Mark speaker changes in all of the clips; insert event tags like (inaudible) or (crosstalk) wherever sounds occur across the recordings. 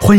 Speaker 1: 欢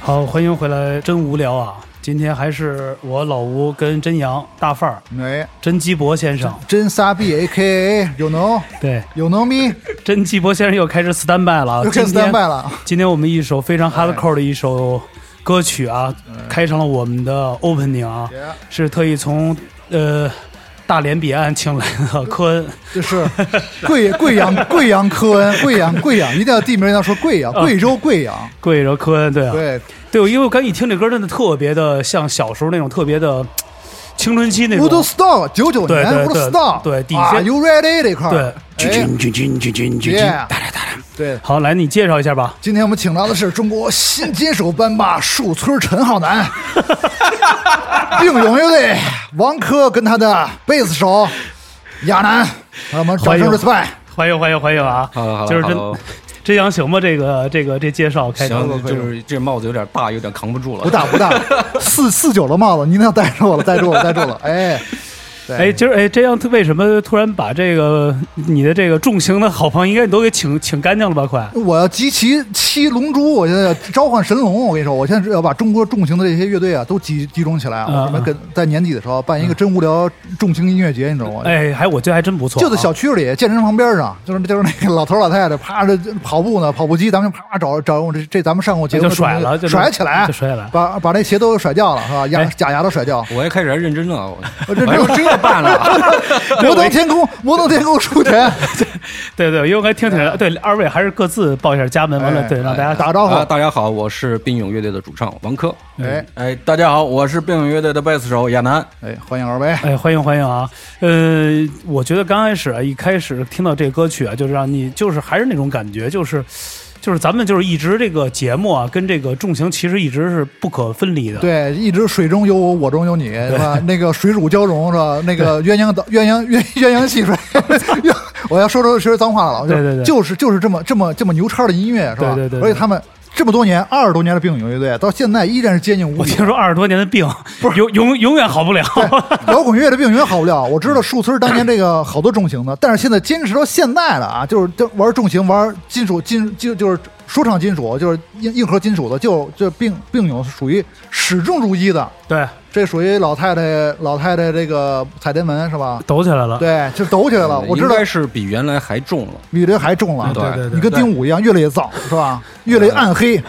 Speaker 1: 好，欢迎回来，真无聊啊！今天还是我老吴跟真阳大范儿、
Speaker 2: 哎，
Speaker 1: 真鸡脖先
Speaker 2: (laughs)
Speaker 1: 生，
Speaker 2: 真傻逼，A K A 有能
Speaker 1: 对，
Speaker 2: 有能逼，
Speaker 1: 真鸡脖先生又开始 stand by 了啊，
Speaker 2: 又开始
Speaker 1: 啊今天
Speaker 2: stand by 了。
Speaker 1: 今天我们一首非常 hardcore 的一首歌曲啊，开成了我们的 opening 啊，
Speaker 2: 嗯 Yeah，
Speaker 1: 是特意从呃大连彼岸请来的科恩，
Speaker 2: 这是贵贵阳贵阳科恩，贵阳贵阳，一定要地名要说贵
Speaker 1: 嗯
Speaker 2: 阳，贵州贵阳。
Speaker 1: 贵州科恩，对啊，
Speaker 2: 对，
Speaker 1: 对，因为我刚一听这歌，真的特别的像小时候那种特别的青春期那
Speaker 2: 乌都
Speaker 1: 种，
Speaker 2: stop 九九
Speaker 1: 哎对
Speaker 2: 年
Speaker 1: 对
Speaker 2: 乌
Speaker 1: 对
Speaker 2: 都 stop，
Speaker 1: 对底下
Speaker 2: 啊，You ready 这块
Speaker 1: 对
Speaker 2: 儿，，哎，
Speaker 1: 军军军军军
Speaker 2: 耶，对。
Speaker 1: 好，来你介绍一下吧，
Speaker 2: 今天我们请到的是中国新金手班霸树村陈浩南，
Speaker 1: (laughs)
Speaker 2: 并勇乐队王珂跟他的贝斯手亚楠，让我们掌
Speaker 1: 欢迎
Speaker 2: 声 respect。
Speaker 1: 欢迎欢迎欢迎啊，
Speaker 3: 好好好，
Speaker 1: 就是真
Speaker 3: 好
Speaker 1: (laughs) 真阳行吗？这个这个这介绍开
Speaker 2: 哎
Speaker 1: 头。
Speaker 3: 行，就是这帽子有点大，有点扛不住了。
Speaker 2: 不大
Speaker 1: (laughs)
Speaker 2: 不大，四四九的帽子，您要戴住了，戴住了，戴住了，哎，
Speaker 1: (laughs)
Speaker 2: 对
Speaker 1: 哎，，今儿哎，这样他为什么突然把这个你的这个重型的好朋友应该你都给请请干净了吧？快，
Speaker 2: 我要集齐七龙珠，我现在要召唤神龙，我跟你说，我现在是要把中国重型的这些乐队啊都集集中起来啊，
Speaker 1: 嗯
Speaker 2: 我准备跟在年底的时候办一个真无聊重型音乐节，你知道吗？
Speaker 1: 哎，还我觉得还真不错啊，
Speaker 2: 就在小区里，健身房边上，就是就是那个老头老太太，啪这跑步呢，跑步机，咱们啪找找我这这咱们上过节目的
Speaker 1: 就甩了
Speaker 2: 东西
Speaker 1: 就
Speaker 2: 甩起来，
Speaker 1: 就甩起来
Speaker 2: 把把那鞋都甩掉了是吧？牙
Speaker 1: 哎
Speaker 2: 假牙都甩掉，
Speaker 3: 我一开始还认真呢，我
Speaker 2: 认真
Speaker 3: 我还说这办
Speaker 1: 啊
Speaker 2: (laughs)
Speaker 3: 了，
Speaker 2: 摩登天空，摩登天空出钱，
Speaker 1: 对对，因为我刚才听起来，对二位还是各自报一下家门，完了
Speaker 2: 哎
Speaker 1: 对，让大家打
Speaker 2: 打招呼，
Speaker 3: 啊，大家好，我是并勇乐队的主唱王珂。
Speaker 1: 嗯
Speaker 2: 哎
Speaker 3: 哎，大家好，我是并勇乐队的贝斯手亚楠。
Speaker 2: 哎，欢迎二位。
Speaker 1: 哎，欢迎欢迎啊！呃，我觉得刚开始啊，一开始听到这歌曲啊，就是让你就是还是那种感觉，就是就是咱们就是一直这个节目啊，跟这个重型其实一直是不可分离的。
Speaker 2: 对，一直水中有我，我中有你，是吧？那个水乳交融，是吧？那个鸳鸯岛，鸳鸯鸳鸳鸯戏水， (laughs) 我要说出说脏话了，啊
Speaker 1: 对对对
Speaker 2: 就是就是这么这么这么牛叉的音乐，是吧？
Speaker 1: 对对对对
Speaker 2: 而且他们这么多年，二十多年的并勇乐队，到现在依然是坚定无
Speaker 1: 我
Speaker 2: 比
Speaker 1: 听。说二十多年的病，永永永远好不了。
Speaker 2: (laughs) 摇滚乐的并永远好不了。我知道树村当年这个好多重型的，但是现在坚持到现在了啊，就是这玩重型、玩金属、金就就是说唱金属，就是硬硬核金属的，就就并并勇属于始终如一的。
Speaker 1: 对，
Speaker 2: 这属于老太太老太太这个踩天门是吧？
Speaker 1: 抖起来了。
Speaker 2: 对，就抖起来了。我知
Speaker 3: 嗯应
Speaker 2: 道
Speaker 3: 该是比原来还重了，
Speaker 2: 比这还重了，
Speaker 3: 对
Speaker 1: 嗯对
Speaker 2: 你
Speaker 1: 对
Speaker 2: 跟丁武一样，越来越燥是吧？越来越暗黑，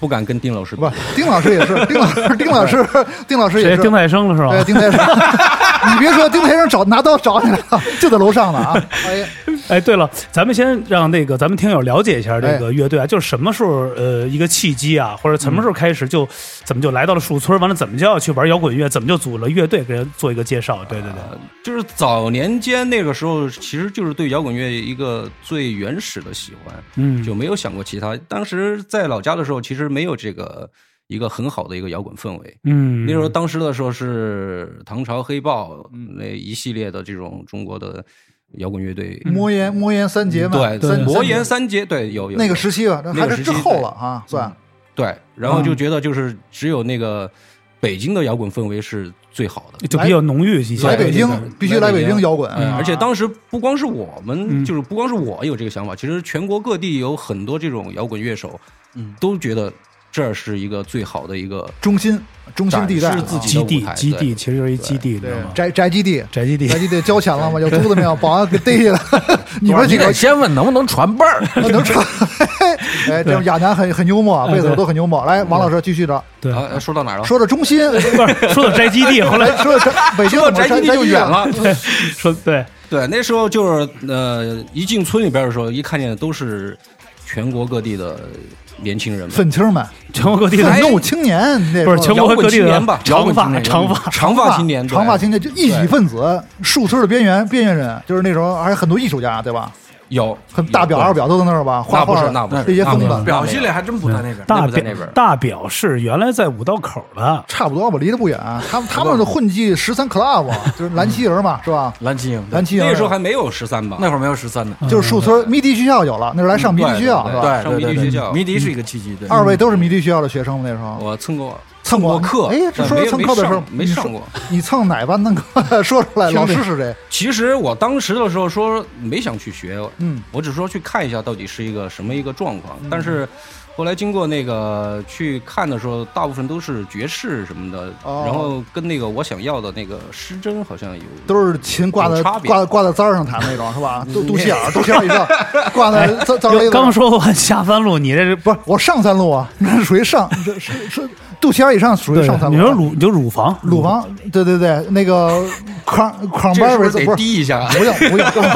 Speaker 3: 不敢跟丁老师比
Speaker 2: 不，丁老师也是，丁老师，丁老师，丁老师也
Speaker 1: 谁
Speaker 2: 是，
Speaker 1: 丁太生了是
Speaker 2: 对，
Speaker 1: 吧？
Speaker 2: 丁太生， (laughs) 你别说，丁太生找拿刀找你了，就在楼上呢啊！哎，
Speaker 1: 哎，对了，咱们先让那个咱们听友了解一下
Speaker 2: 哎
Speaker 1: 这个乐队啊，就是什么时候呃一个契机啊，或者什么
Speaker 2: 嗯
Speaker 1: 时候开始就、怎么就来到了树村，完了怎么就要去玩摇滚乐，怎么就组了乐队，给人做一个介绍。对对对，
Speaker 3: 就是早年间那个时候，其实就是对摇滚乐一个最原始的喜欢，
Speaker 1: 嗯
Speaker 3: 就没有想过其他。当时在老家的时候，其实没有这个一个很好的一个摇滚氛围。
Speaker 1: 嗯
Speaker 3: 那时候当时的时候是唐朝黑豹
Speaker 2: 嗯
Speaker 3: 那一系列的这种中国的摇滚乐队，
Speaker 2: 魔岩魔岩三杰嘛，
Speaker 3: 对
Speaker 2: 嗯三
Speaker 3: 对，魔岩
Speaker 2: 三
Speaker 3: 三杰，对有有
Speaker 2: 那个时期吧，
Speaker 3: 那
Speaker 2: 还
Speaker 3: 个
Speaker 2: 是之
Speaker 3: 时期
Speaker 2: 后了啊，算嗯
Speaker 3: 对，然后就觉得就是只有那个北京的摇滚氛围是最好
Speaker 2: 嗯
Speaker 3: 的。
Speaker 1: 就比较浓郁一些。
Speaker 2: 来
Speaker 3: 对
Speaker 2: 北京必须来北京摇滚，啊
Speaker 3: 哎
Speaker 1: 嗯
Speaker 3: 而且当时不光是我
Speaker 1: 嗯
Speaker 3: 们，就是不光是我有这个想法，其实全国各地有很多这种摇滚乐手，
Speaker 2: 嗯
Speaker 3: 都觉得这儿是一个最好的一个
Speaker 2: 中心中心地带
Speaker 3: 展示
Speaker 2: 啊
Speaker 3: 自己
Speaker 1: 基地
Speaker 3: 的舞台
Speaker 1: 基地
Speaker 3: 对
Speaker 1: 其实就是一基地，你知
Speaker 2: 对
Speaker 1: 道吗？
Speaker 2: 宅宅基地，
Speaker 1: 宅基地
Speaker 2: 咱。就得交钱了吗？有珠子没有？保安给逮起来。你们几个
Speaker 4: 先问能不能传辈儿。
Speaker 2: 能穿？哎，这亚楠很很幽默啊，
Speaker 1: 嗯
Speaker 2: 贝子都很幽默。来，王老师继续着，
Speaker 1: 对，
Speaker 3: 啊，呃说到哪儿了？
Speaker 2: 说到中心，
Speaker 1: 不是说到宅基地，后来
Speaker 2: 来说到宅啊北京
Speaker 3: 说
Speaker 2: 怎么
Speaker 3: 到宅
Speaker 2: 拆
Speaker 3: 基地就远。了，
Speaker 2: (laughs)
Speaker 1: 说对，
Speaker 3: 对，那时候就是呃，一进村里边的时候，一看见的都是全国各地的年轻人
Speaker 2: 拆
Speaker 3: 们，
Speaker 2: 愤青们，
Speaker 1: 全国各地
Speaker 2: 愤
Speaker 1: 的
Speaker 2: 怒青年，那
Speaker 1: 不是全
Speaker 3: 摇
Speaker 1: 国
Speaker 3: 滚
Speaker 1: 各地
Speaker 3: 青
Speaker 1: 的
Speaker 3: 年吧摇
Speaker 1: 长
Speaker 3: 滚青
Speaker 1: 发
Speaker 3: 年
Speaker 1: 长发，
Speaker 3: 长
Speaker 2: 发
Speaker 3: 发青年，对
Speaker 2: 长发青年就异己分子，树村的边缘边缘人，就是那时候还有很多艺术家，对吧？
Speaker 3: 有
Speaker 2: 很大表、
Speaker 3: 有
Speaker 2: 二表都在那儿吧，画
Speaker 3: 那不
Speaker 2: 画
Speaker 3: 是那不是
Speaker 2: 这些
Speaker 3: 那
Speaker 2: 风
Speaker 3: 不是
Speaker 2: 的，
Speaker 4: 表系列还真不啊在那嗯边。
Speaker 3: 那
Speaker 1: 大
Speaker 3: 不在
Speaker 1: 表
Speaker 3: 那边儿
Speaker 1: 大表是原来在五道口的，
Speaker 2: 差不多吧，离得不远。他
Speaker 3: (laughs)
Speaker 2: 们他们的混迹十三 club 就是蓝旗营嘛，是吧？
Speaker 4: 蓝旗营，对
Speaker 2: 蓝旗营
Speaker 3: 那时候还没有十三吧？
Speaker 4: 那会儿没有十三的，
Speaker 2: 就是树村迷笛学校有了，那时候来上迷笛学校是吧？
Speaker 4: 对
Speaker 3: 上
Speaker 4: 对
Speaker 3: 迷
Speaker 4: 对
Speaker 3: 笛
Speaker 4: 对
Speaker 3: 学校
Speaker 4: 迷笛是一个契机，对。
Speaker 2: 二位都是迷笛学校的学生吗？那时候
Speaker 3: 我蹭过
Speaker 2: 蹭过
Speaker 3: 过课，
Speaker 2: 哎
Speaker 3: 但
Speaker 2: 说
Speaker 3: 没
Speaker 2: 蹭课的时候
Speaker 3: 没上没上过。
Speaker 2: 你蹭哪班那个 (laughs) 说出来，
Speaker 3: 兄
Speaker 2: 老
Speaker 3: 弟
Speaker 2: 师是谁？
Speaker 3: 其实我当时的时候说没想去学，
Speaker 2: 嗯，
Speaker 3: 我只是说去看一下到底是一个什么一个状况。但是后来经过那个去看的时候，大部分都是爵士什么的，
Speaker 2: 哦
Speaker 3: 然后跟那个我想要的那个失真好像有
Speaker 2: 都是琴挂在
Speaker 3: 有差别
Speaker 2: 挂挂在簪儿上弹那种是
Speaker 3: (laughs)
Speaker 2: 吧？肚肚脐眼儿，肚脐眼儿以上挂在簪簪儿里头。
Speaker 1: 刚说完下三路，你这是
Speaker 2: 不是我上三路啊，那是属于上， (laughs) 这是是肚脐眼儿以上属于
Speaker 1: 对
Speaker 2: 上三路。
Speaker 1: 你说乳你就乳房，
Speaker 2: 乳房，对对对，那
Speaker 3: (laughs)
Speaker 2: 个框框
Speaker 3: 这
Speaker 2: 班
Speaker 3: 是不
Speaker 2: 儿
Speaker 3: 是得
Speaker 2: 不是
Speaker 3: 低一下？啊
Speaker 2: 不用不用，
Speaker 3: (laughs)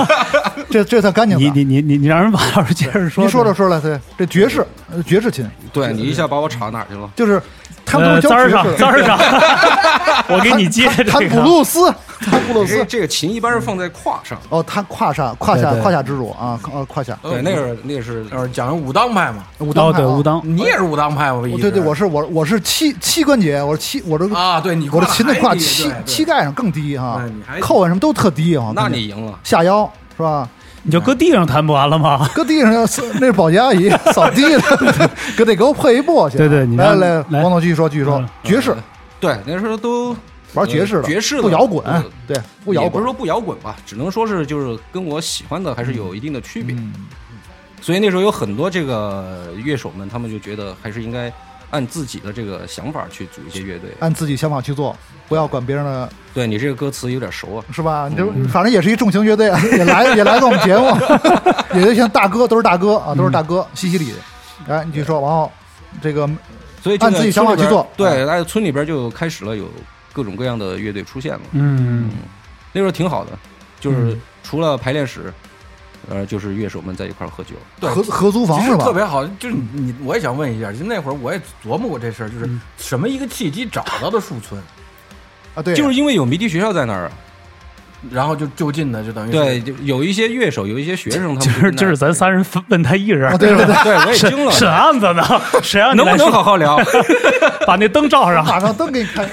Speaker 2: 这这算干净
Speaker 1: 你
Speaker 2: 的。
Speaker 1: 你你你你让人马老师接着说，
Speaker 2: 您说着说着，对，这爵士呃爵士琴
Speaker 3: 对你一下把我岔哪儿去了？
Speaker 2: 就是他们都
Speaker 1: 呃，簪
Speaker 2: 是教
Speaker 1: 儿
Speaker 2: 爵
Speaker 1: 上
Speaker 2: 士，的
Speaker 1: 簪儿上，我给你接这
Speaker 2: 弹
Speaker 1: 个
Speaker 2: 布鲁斯，弹布鲁
Speaker 3: 这
Speaker 2: 斯。
Speaker 3: 这个琴一般是放在胯上，
Speaker 2: 哦，他胯下胯
Speaker 1: 对
Speaker 2: 下
Speaker 1: 对
Speaker 2: 胯下之辱啊，呃胯下
Speaker 3: 对，那是那是
Speaker 4: (laughs) 呃，讲武当派嘛，
Speaker 2: 武当
Speaker 1: 哦，
Speaker 2: 派
Speaker 1: 对，
Speaker 2: 啊
Speaker 1: 乌当，
Speaker 4: 你也是武当派吗？
Speaker 2: 哦对对，我
Speaker 4: 是
Speaker 2: 是我我是膝膝关节，我是膝我这个
Speaker 4: 啊，对你
Speaker 2: 我
Speaker 4: 挂
Speaker 2: 的
Speaker 4: 的
Speaker 2: 琴的胯
Speaker 4: 还低
Speaker 2: 膝
Speaker 4: 对对
Speaker 2: 膝盖上更低哈
Speaker 4: 哎你，还
Speaker 2: 扣啊什么都特低啊。
Speaker 3: 那
Speaker 2: 感觉
Speaker 3: 你赢了。
Speaker 2: 下腰是吧？
Speaker 1: 你就搁地上弹不完了吗？
Speaker 2: 搁地上那是保洁阿姨扫地的， (laughs) 搁得给我配一簸箕。啊
Speaker 1: 对对你
Speaker 2: 来
Speaker 1: 让
Speaker 2: 来，
Speaker 1: 来
Speaker 2: 王总继续说，继续说
Speaker 1: 嗯，
Speaker 2: 爵士
Speaker 3: 对，那时候都
Speaker 2: 玩爵士的，
Speaker 3: 呃爵士的
Speaker 2: 不摇滚
Speaker 3: 呃，
Speaker 2: 对，不摇
Speaker 3: 也不
Speaker 2: 滚。
Speaker 3: 是说不摇滚吧，只能说是就是跟我喜欢的还是有一定的区别。
Speaker 2: 嗯
Speaker 3: 所以那时候有很多这个乐手们，他们就觉得还是应该按自己的这个想法去组一些乐队。
Speaker 2: 按自己想法去做，不要管别人的，
Speaker 3: 对你这个歌词有点熟啊，
Speaker 2: 是吧？你这
Speaker 1: 嗯
Speaker 2: 反正也是一重型乐队，啊也来也来过我们节目， (laughs) 也就像大哥，都是大哥啊，都是大
Speaker 1: 嗯
Speaker 2: 哥，西西里。哎，你继续说，然后这个
Speaker 3: 所以这个
Speaker 2: 按自己想法去做嗯
Speaker 3: 村里边对，哎，村里边就开始了有各种各样的乐队出现了，
Speaker 1: 嗯，
Speaker 3: 那时候挺好的，就是
Speaker 1: 嗯
Speaker 3: 除了排练室，呃，就是乐手们在一块儿喝酒。
Speaker 4: 对
Speaker 2: 合合租房
Speaker 4: 其
Speaker 2: 是
Speaker 4: 实
Speaker 2: 吧
Speaker 4: 特？别好，就是你，我也想问一下，就那会儿我也琢磨过这事儿，就是
Speaker 2: 嗯
Speaker 4: 什么一个契机找到的树村，
Speaker 2: 啊，对，
Speaker 3: 就是因为有迷笛学校在那儿啊，
Speaker 4: 然后就就近的，就等于是
Speaker 3: 对，就有一些乐手，有一些学生，他们
Speaker 1: 今儿
Speaker 3: 就在那儿
Speaker 1: 今儿咱仨人分问他一人
Speaker 2: 啊，，对对对，
Speaker 3: 对我也哎惊
Speaker 1: 审
Speaker 3: 了，
Speaker 1: 审案子呢，谁让你
Speaker 3: 能不
Speaker 1: 来
Speaker 3: 能
Speaker 1: 说
Speaker 3: 好好聊？
Speaker 1: 把那灯照上，
Speaker 2: 马上灯给你开。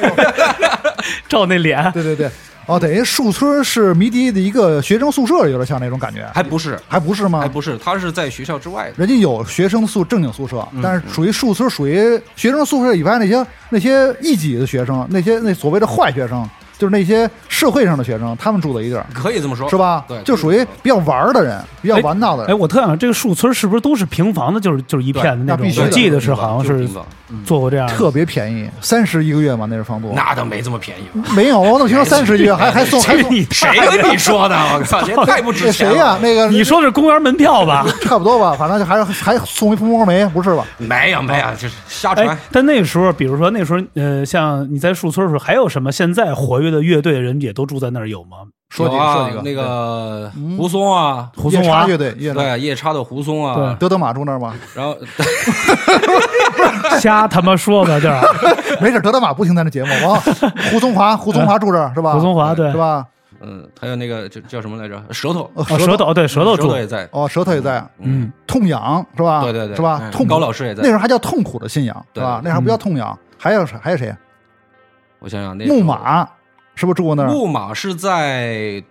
Speaker 1: 照那脸，
Speaker 2: 对对对，哦，等于树村是迷笛的一个学生宿舍，有点像那种感觉，
Speaker 3: 还不是，
Speaker 2: 还不是吗？
Speaker 3: 还不是，他是在学校之外的。
Speaker 2: 人家有学生宿正经宿舍，
Speaker 3: 嗯
Speaker 2: 但是属于树村，属于学生宿舍以外那些那些一级的学生，那些那所谓的坏学生，就是那些社会上的学生，他们住的一地儿，
Speaker 3: 可以这么说，
Speaker 2: 是吧？
Speaker 3: 对，
Speaker 2: 就属于比较玩儿的人，比较玩闹的
Speaker 1: 哎，
Speaker 2: 人。
Speaker 1: 我特想这个树村是不是都是平房的，就是就是一片的
Speaker 2: 那
Speaker 1: 种
Speaker 2: 必？须
Speaker 1: 我
Speaker 2: 的
Speaker 1: 记得是好像
Speaker 3: 就是平房
Speaker 1: 做过这样的，
Speaker 2: 特别便宜，三十一个月嘛，那是房租。
Speaker 3: 哎那哎倒没这么便宜吧？
Speaker 2: 没有，我怎么听说三十一个月，还还送还
Speaker 1: 这
Speaker 2: 送
Speaker 1: 你
Speaker 3: 谁跟你说的？我靠，这太不值
Speaker 2: 那
Speaker 3: 钱了。
Speaker 2: 谁呀？那个
Speaker 1: 你说的是公园门票吧？哎
Speaker 2: 差不多吧，反正就还 (laughs) 还送一蜂窝煤，不是吧？
Speaker 3: 没有没有，这是 (laughs) 瞎传
Speaker 1: 哎。，但那时候，比如说那时候，呃，像你在树村的时候，还有什么现在活跃的乐队的人也都住在那儿有吗？
Speaker 2: 说几
Speaker 3: 有
Speaker 2: 个，说
Speaker 3: 啊
Speaker 2: 几个，
Speaker 3: 那个胡松啊，
Speaker 1: 胡
Speaker 2: 夜
Speaker 1: 松
Speaker 2: 叉
Speaker 1: 娃
Speaker 2: 乐队，夜叉
Speaker 3: 对，夜叉的胡松啊，
Speaker 2: 德德玛住那儿吗？
Speaker 3: (laughs) 然后
Speaker 1: 瞎他妈说吧，
Speaker 3: (laughs)
Speaker 1: 就是
Speaker 2: 没事，德德玛不听咱这节目。
Speaker 1: (laughs)
Speaker 2: 完，胡松华，胡松华住这儿是
Speaker 1: 嗯
Speaker 2: 吧？
Speaker 1: 胡松华对
Speaker 2: 是，吧？
Speaker 3: 嗯，还有那个叫叫什么来着？舌头，
Speaker 2: 哦
Speaker 1: 啊舌头对舌头
Speaker 3: 舌
Speaker 1: 住
Speaker 3: 头，也在，
Speaker 2: 哦，舌头也在，
Speaker 1: 嗯，
Speaker 2: 痛痒是吧？
Speaker 3: 对对对
Speaker 2: 是吧？
Speaker 4: 嗯
Speaker 2: 痛苦
Speaker 3: 哎高老师也
Speaker 2: 那时
Speaker 3: 在。
Speaker 2: 候还叫痛苦的信仰是吧？
Speaker 3: 对
Speaker 2: 那时候不
Speaker 1: 嗯
Speaker 2: 叫痛痒，还有谁？还有谁？
Speaker 3: 我想想，那时候
Speaker 2: 木，马是不是住过那儿？
Speaker 3: 木马是在，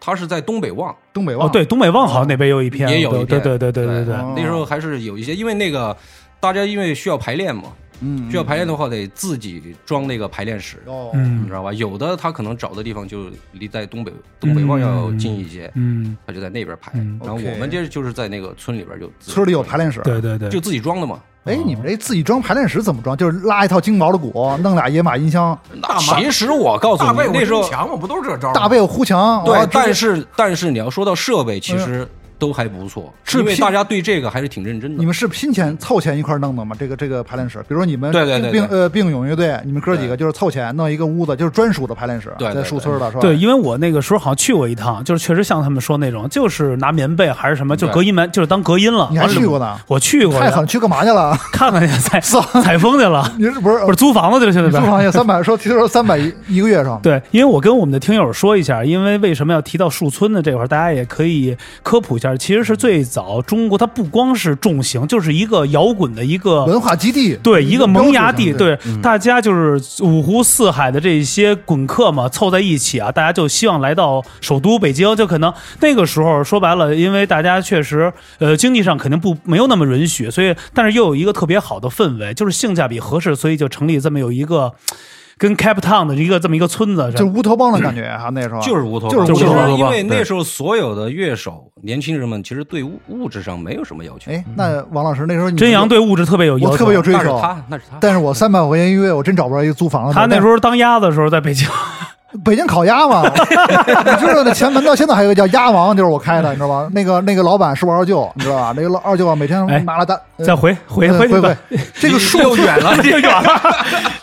Speaker 3: 他是在东北望，
Speaker 2: 东北
Speaker 1: 哦
Speaker 2: 望
Speaker 1: 对，东北望好像那边有一片，
Speaker 3: 嗯也有
Speaker 1: 对
Speaker 3: 一片
Speaker 1: 对对对对
Speaker 3: 对
Speaker 1: 对，
Speaker 2: 哦
Speaker 3: 那时候还是有一些，因为那个大家因为需要排练嘛，
Speaker 2: 嗯，
Speaker 3: 需要排练的话得自己装那个排练室，
Speaker 2: 哦，
Speaker 3: 你
Speaker 1: 嗯
Speaker 3: 知道吧？有的他可能找的地方就离在东北东北望要近一些，
Speaker 1: 嗯，
Speaker 3: 他就在那边排。
Speaker 1: 嗯
Speaker 3: 然后
Speaker 2: OK
Speaker 3: 我们这就是在那个村里边就自
Speaker 2: 村里有排练室。
Speaker 1: 对对对，
Speaker 3: 就自己装的嘛，
Speaker 2: 哎，你们这自己装排练室怎么装？就是拉一套金毛的鼓，弄俩野马音箱，
Speaker 3: 那其实我告诉
Speaker 4: 大
Speaker 3: 你
Speaker 4: 被，
Speaker 3: 那时候
Speaker 4: 强嘛，不都是这招儿吗？
Speaker 2: 大被子呼墙。
Speaker 3: 对
Speaker 2: 完，
Speaker 3: 但是但是你要说到设备，
Speaker 2: 嗯
Speaker 3: 其实都还不错，
Speaker 2: 是
Speaker 3: 因为
Speaker 2: 拼
Speaker 3: 大家对这个还是挺认真
Speaker 2: 你
Speaker 1: 嗯
Speaker 3: 的。
Speaker 2: 们是拼钱凑钱一块儿弄的吗？这个这个排练室，比如说你们
Speaker 3: 对对对
Speaker 2: 并
Speaker 3: 对
Speaker 2: 呃并勇乐队，你们哥几个就是凑钱弄一个屋子，就是专属的排练室，
Speaker 3: 对对
Speaker 2: 在
Speaker 3: 对
Speaker 2: 树村的是吧？
Speaker 1: 对，，因为我那个时候好像去过一趟，就是确实像他们说那种，就是拿棉被还是什么，就
Speaker 3: 对
Speaker 1: 隔音棉，就是当隔音了。
Speaker 2: 你还
Speaker 1: 完了
Speaker 2: 去过呢
Speaker 1: 我去过呀，
Speaker 2: 太狠，去干嘛去了？ (laughs)
Speaker 1: 看看去，采
Speaker 2: 操
Speaker 1: 采风去了，
Speaker 2: 你是不是
Speaker 1: 不是租房子去了，现在
Speaker 2: 呃租
Speaker 1: 不是
Speaker 2: 房也三百，说听说三
Speaker 1: (laughs)
Speaker 2: 百一一个月是吧？
Speaker 1: 对，因为我跟我们的听友说一下，因为为什么要提到树村呢这块儿，大家也可以科普一下。下，其实是最早中国它不光是重型，就是一个摇滚的一个
Speaker 2: 文化基地，
Speaker 1: 对，一个萌芽地，
Speaker 2: 标志性
Speaker 1: 对，大家就是呃五湖四海的这些滚客嘛，凑在一起啊，大家就希望来到首都北京，就可能那个时候说白了，因为大家确实呃经济上肯定不没有那么允许，所以但是又有一个特别好的氛围，就是性价比合适，所以就成立这么有一个跟 Cape Town 的一个这么一个村子，
Speaker 2: 就是乌托邦的感觉啊，那时候
Speaker 3: 就是乌托
Speaker 2: 就
Speaker 3: 邦，
Speaker 2: 是乌
Speaker 3: 其
Speaker 2: 托
Speaker 3: 实
Speaker 2: 邦。
Speaker 3: 因为那时候所有的乐手年轻人们其实对物物质上没有什么要求，
Speaker 2: 哎，那王老师那时候你
Speaker 1: 真阳对物质特别有要求，啊
Speaker 2: 我特别有追
Speaker 3: 那是
Speaker 2: 求，
Speaker 3: 他，那是他。
Speaker 2: 但是我三百块钱一个月，我真找不着一个租房的。
Speaker 1: 他那时
Speaker 2: 候
Speaker 1: 候当鸭子的时候在北京，
Speaker 2: 北京烤鸭嘛， (laughs) 你知道那前门到现在还有一个叫鸭王，就是我开的，你知道吗？那个那个老板是我二舅，你知道吧？那个老二舅啊，每天
Speaker 1: 哎
Speaker 2: 拿了单，呃
Speaker 1: 再回回
Speaker 2: 呃
Speaker 1: 回
Speaker 2: 回
Speaker 1: 去
Speaker 2: 回
Speaker 1: 吧， (laughs)
Speaker 2: 这个数
Speaker 4: 又远
Speaker 2: (laughs)
Speaker 4: 了，
Speaker 1: 这个远了，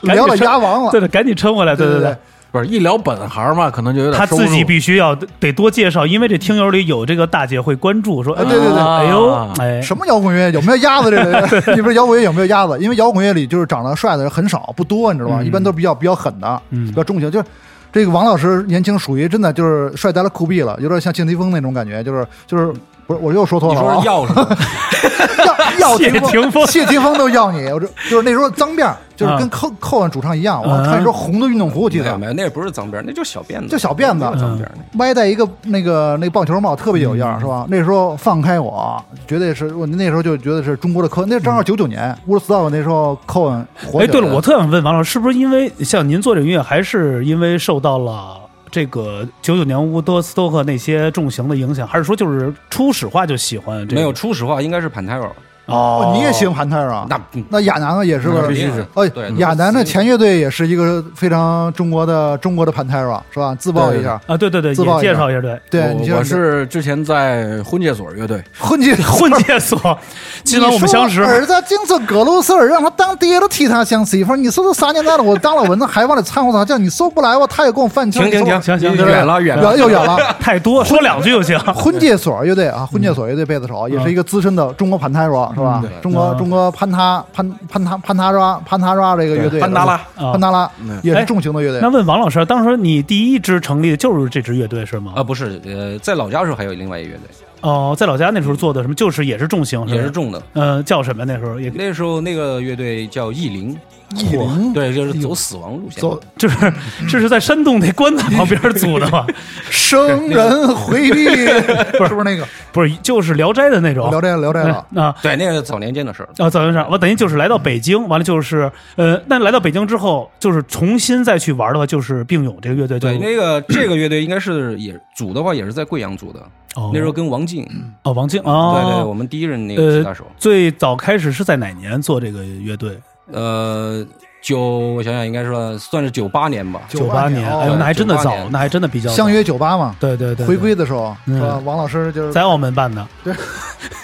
Speaker 1: 赶
Speaker 2: 聊
Speaker 1: 紧
Speaker 2: 到
Speaker 1: 撑
Speaker 2: 鸭王
Speaker 1: (laughs)
Speaker 2: 了
Speaker 1: 对。对，赶紧撑回来，对
Speaker 2: 对
Speaker 1: 对
Speaker 2: 对。
Speaker 4: 不是一聊本行嘛，可能就有点
Speaker 1: 他
Speaker 4: 收不
Speaker 1: 自己
Speaker 4: 住
Speaker 1: 必须要得多介绍，因为这听友里有这个大姐会关注，说
Speaker 2: 啊对对对
Speaker 1: 哎呦
Speaker 4: 啊，
Speaker 1: 哎，
Speaker 2: 什么摇滚乐有没有鸭子这
Speaker 1: (laughs)
Speaker 2: 个？你不是摇滚乐有没有鸭子？因为摇滚乐里就是长得帅的人很少，不多，你知道吗？
Speaker 1: 嗯
Speaker 2: 一般都比较比较狠的，
Speaker 1: 嗯
Speaker 2: 比较重型。就是这个王老师年轻属于真的就是帅呆了酷毙了，有点像敬敌锋那种感觉，就是就是不是我又说错
Speaker 3: 你
Speaker 2: 了
Speaker 3: 说
Speaker 2: 啊
Speaker 3: 是，钥匙，
Speaker 2: 要要
Speaker 1: 谢霆锋
Speaker 2: 谢霆锋都要你，我这就是那时候脏辫儿，就是跟
Speaker 1: 嗯
Speaker 2: 扣扣上主唱一样，我
Speaker 1: 嗯
Speaker 2: 穿一身红的运动服，我记
Speaker 3: 没有
Speaker 2: 得
Speaker 3: 没有，那不是脏辫儿，那就小辫子，
Speaker 2: 就小辫子嗯
Speaker 3: 没有脏辫儿。
Speaker 2: 歪戴一个那个那个棒球帽，特别有样
Speaker 1: 嗯
Speaker 2: 儿，是吧？那时候放开我，绝对是我那时候就觉得是中国的科，那正好九九年，乌尔斯道那时候扣恩火
Speaker 1: 嗯哎，
Speaker 2: 起来
Speaker 1: 对了，我特想问王老师，是不是因为像您做这个音乐，还是因为受到了这个九九年乌多斯托克那些重型的影响，还是说就是初始化就喜欢这个？
Speaker 3: 没有，初始化应该是盘泰尔，
Speaker 1: 哦
Speaker 2: 哦，你也喜欢盘泰尔啊？
Speaker 3: 那
Speaker 2: 那亚楠啊也是
Speaker 3: 那
Speaker 2: 个
Speaker 3: 必须是
Speaker 2: 哎
Speaker 3: 对，
Speaker 2: 亚楠的前乐队也是一个非常中国的中国的盘泰尔，是吧？自曝一下，
Speaker 1: 啊？对对对，
Speaker 2: 自
Speaker 1: 也
Speaker 2: 曝一下
Speaker 1: 介绍一下，
Speaker 2: (laughs)
Speaker 1: 对，
Speaker 2: 对，你
Speaker 4: 我
Speaker 2: 像
Speaker 4: 我是之前在婚介所乐队，
Speaker 2: 混进 (laughs)
Speaker 1: 混界所，今晚我们相识
Speaker 2: 你说，儿子精神格鲁斯尔，让他当爹都替他想媳妇儿。你说这啥年代了，我当了蚊子还往里掺和啥酱，你收不来我，他也给我饭吃。
Speaker 3: 停停
Speaker 2: 你说
Speaker 1: 行
Speaker 3: 停，
Speaker 1: 行
Speaker 3: 远了远了
Speaker 2: 远，又远了。
Speaker 1: (laughs) 太多说两句就行。
Speaker 2: 婚介所乐队啊，婚介所乐队贝斯手也是一个资深的中国盘他抓是吧
Speaker 3: 嗯？对
Speaker 2: 中国
Speaker 1: 嗯
Speaker 2: 中国潘他潘潘他潘他抓潘他抓这个乐队，
Speaker 4: 潘达拉，
Speaker 1: 啊
Speaker 2: 潘达拉
Speaker 4: 嗯
Speaker 2: 也是重型的乐
Speaker 1: (laughs) 那
Speaker 2: 队。
Speaker 1: 问王老师，当时你第一支成立的就是这支乐队是吗？
Speaker 3: 啊，不是，呃，在老家的时候还有另外一个乐队，
Speaker 1: 哦，在老家那时候做的什么，就是也是重型，吧
Speaker 3: 也是重的。
Speaker 1: 呃，叫什么那时候也 (laughs)
Speaker 3: 那时候那个乐队叫意林，
Speaker 2: 意林
Speaker 3: 对，就是嗯走死亡路线。
Speaker 2: 走
Speaker 1: 就是这是在山洞那棺材旁边组的
Speaker 3: (laughs)
Speaker 1: 嘛，
Speaker 2: 生人
Speaker 1: (laughs)
Speaker 2: 回避，是不是那个
Speaker 1: 不是，就是《聊斋》的那种。
Speaker 2: 聊这个聊这个了？
Speaker 1: 啊
Speaker 3: 对，那个早年间的事儿。
Speaker 1: 啊，早先上我等于就是来到北京，完了就是呃，那来到北京之后，就是重新再去玩的话，就是并勇这个乐队就
Speaker 3: 对，那个这个乐队应该是也组的话，也是在贵阳组的。
Speaker 1: 哦
Speaker 3: 那时候跟王静，
Speaker 1: 哦王静
Speaker 3: 对对，
Speaker 1: 哦，
Speaker 3: 我们第一任那个吉他
Speaker 1: 呃
Speaker 3: 手，，
Speaker 1: 最早开始是在哪年做这个乐队？
Speaker 3: 呃，九我想想，应该说算是九八年吧。
Speaker 2: 九
Speaker 1: 八
Speaker 2: 八
Speaker 1: 年，
Speaker 2: 年
Speaker 1: 哎呦，
Speaker 2: 哦
Speaker 1: 那还真的
Speaker 3: 九八
Speaker 1: 早，
Speaker 3: 年
Speaker 1: 那还真的比较早
Speaker 2: 相约酒吧嘛，
Speaker 1: 对对对对
Speaker 2: 回归的时候是吧
Speaker 1: 嗯？
Speaker 2: 王老师就是
Speaker 1: 在澳门办的。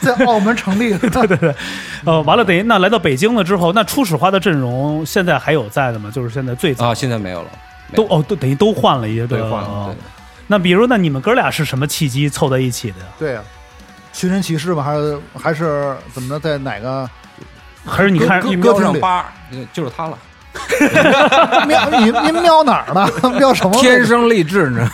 Speaker 2: 在澳门成
Speaker 1: (laughs)
Speaker 2: 立的，
Speaker 1: 对对对， (laughs) 呃，完了等于那来到北京了之后，那初始花的阵容现在还有在的吗？就是现在最早、
Speaker 3: 啊，现在没有了，没
Speaker 1: 都
Speaker 3: 有
Speaker 1: 哦都等于都换了一些
Speaker 3: 对
Speaker 1: 吧
Speaker 3: 换
Speaker 1: 哦
Speaker 3: 了，对。
Speaker 1: 那比如那你们哥俩是什么契机凑在一起的呀？
Speaker 2: 对呀，啊寻人启事吧，还是还是怎么着，在哪个
Speaker 1: 还是你看
Speaker 2: 歌
Speaker 3: 一
Speaker 2: 歌
Speaker 3: 瞄
Speaker 2: 厅
Speaker 3: 上
Speaker 2: 里
Speaker 3: 八，呃就是他了。
Speaker 2: (laughs) 瞄您您瞄哪儿呢？ (laughs) 瞄什么？
Speaker 4: 天生丽质呢。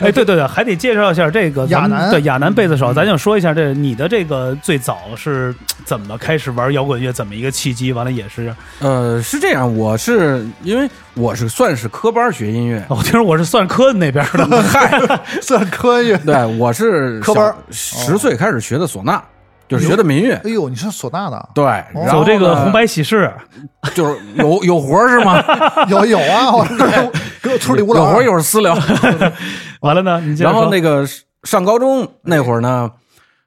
Speaker 1: 哎，对对对，还得介绍一下这个咱们
Speaker 2: 亚楠嗯
Speaker 1: 对亚楠贝斯手，咱就说一下这你的这个最早是怎么开始玩摇滚乐，怎么一个契机？完了也
Speaker 2: (laughs)
Speaker 1: 是，，
Speaker 4: 呃，是这样，我是因为我是算是科班学音乐
Speaker 1: 我哦听说我是算科恩那边
Speaker 2: (laughs)
Speaker 1: 的， (laughs) 嗨，
Speaker 2: 算科学。 (laughs)
Speaker 4: 对我是
Speaker 2: 科班儿
Speaker 4: 十岁开始学的唢呐，就是学的民乐。
Speaker 2: 哎呦，你是唢呐
Speaker 4: (laughs)
Speaker 2: 的？
Speaker 4: 对，然后
Speaker 1: 走这个
Speaker 4: 呢
Speaker 1: 红白喜事，
Speaker 4: 就是有有活儿是吗？
Speaker 2: 有有啊，我给我村里
Speaker 4: 有
Speaker 2: 舞蹈
Speaker 4: 活儿一会儿私聊。
Speaker 1: (laughs) 完了呢，你接着
Speaker 4: 然后
Speaker 1: 说
Speaker 4: 那个上高中那会儿呢，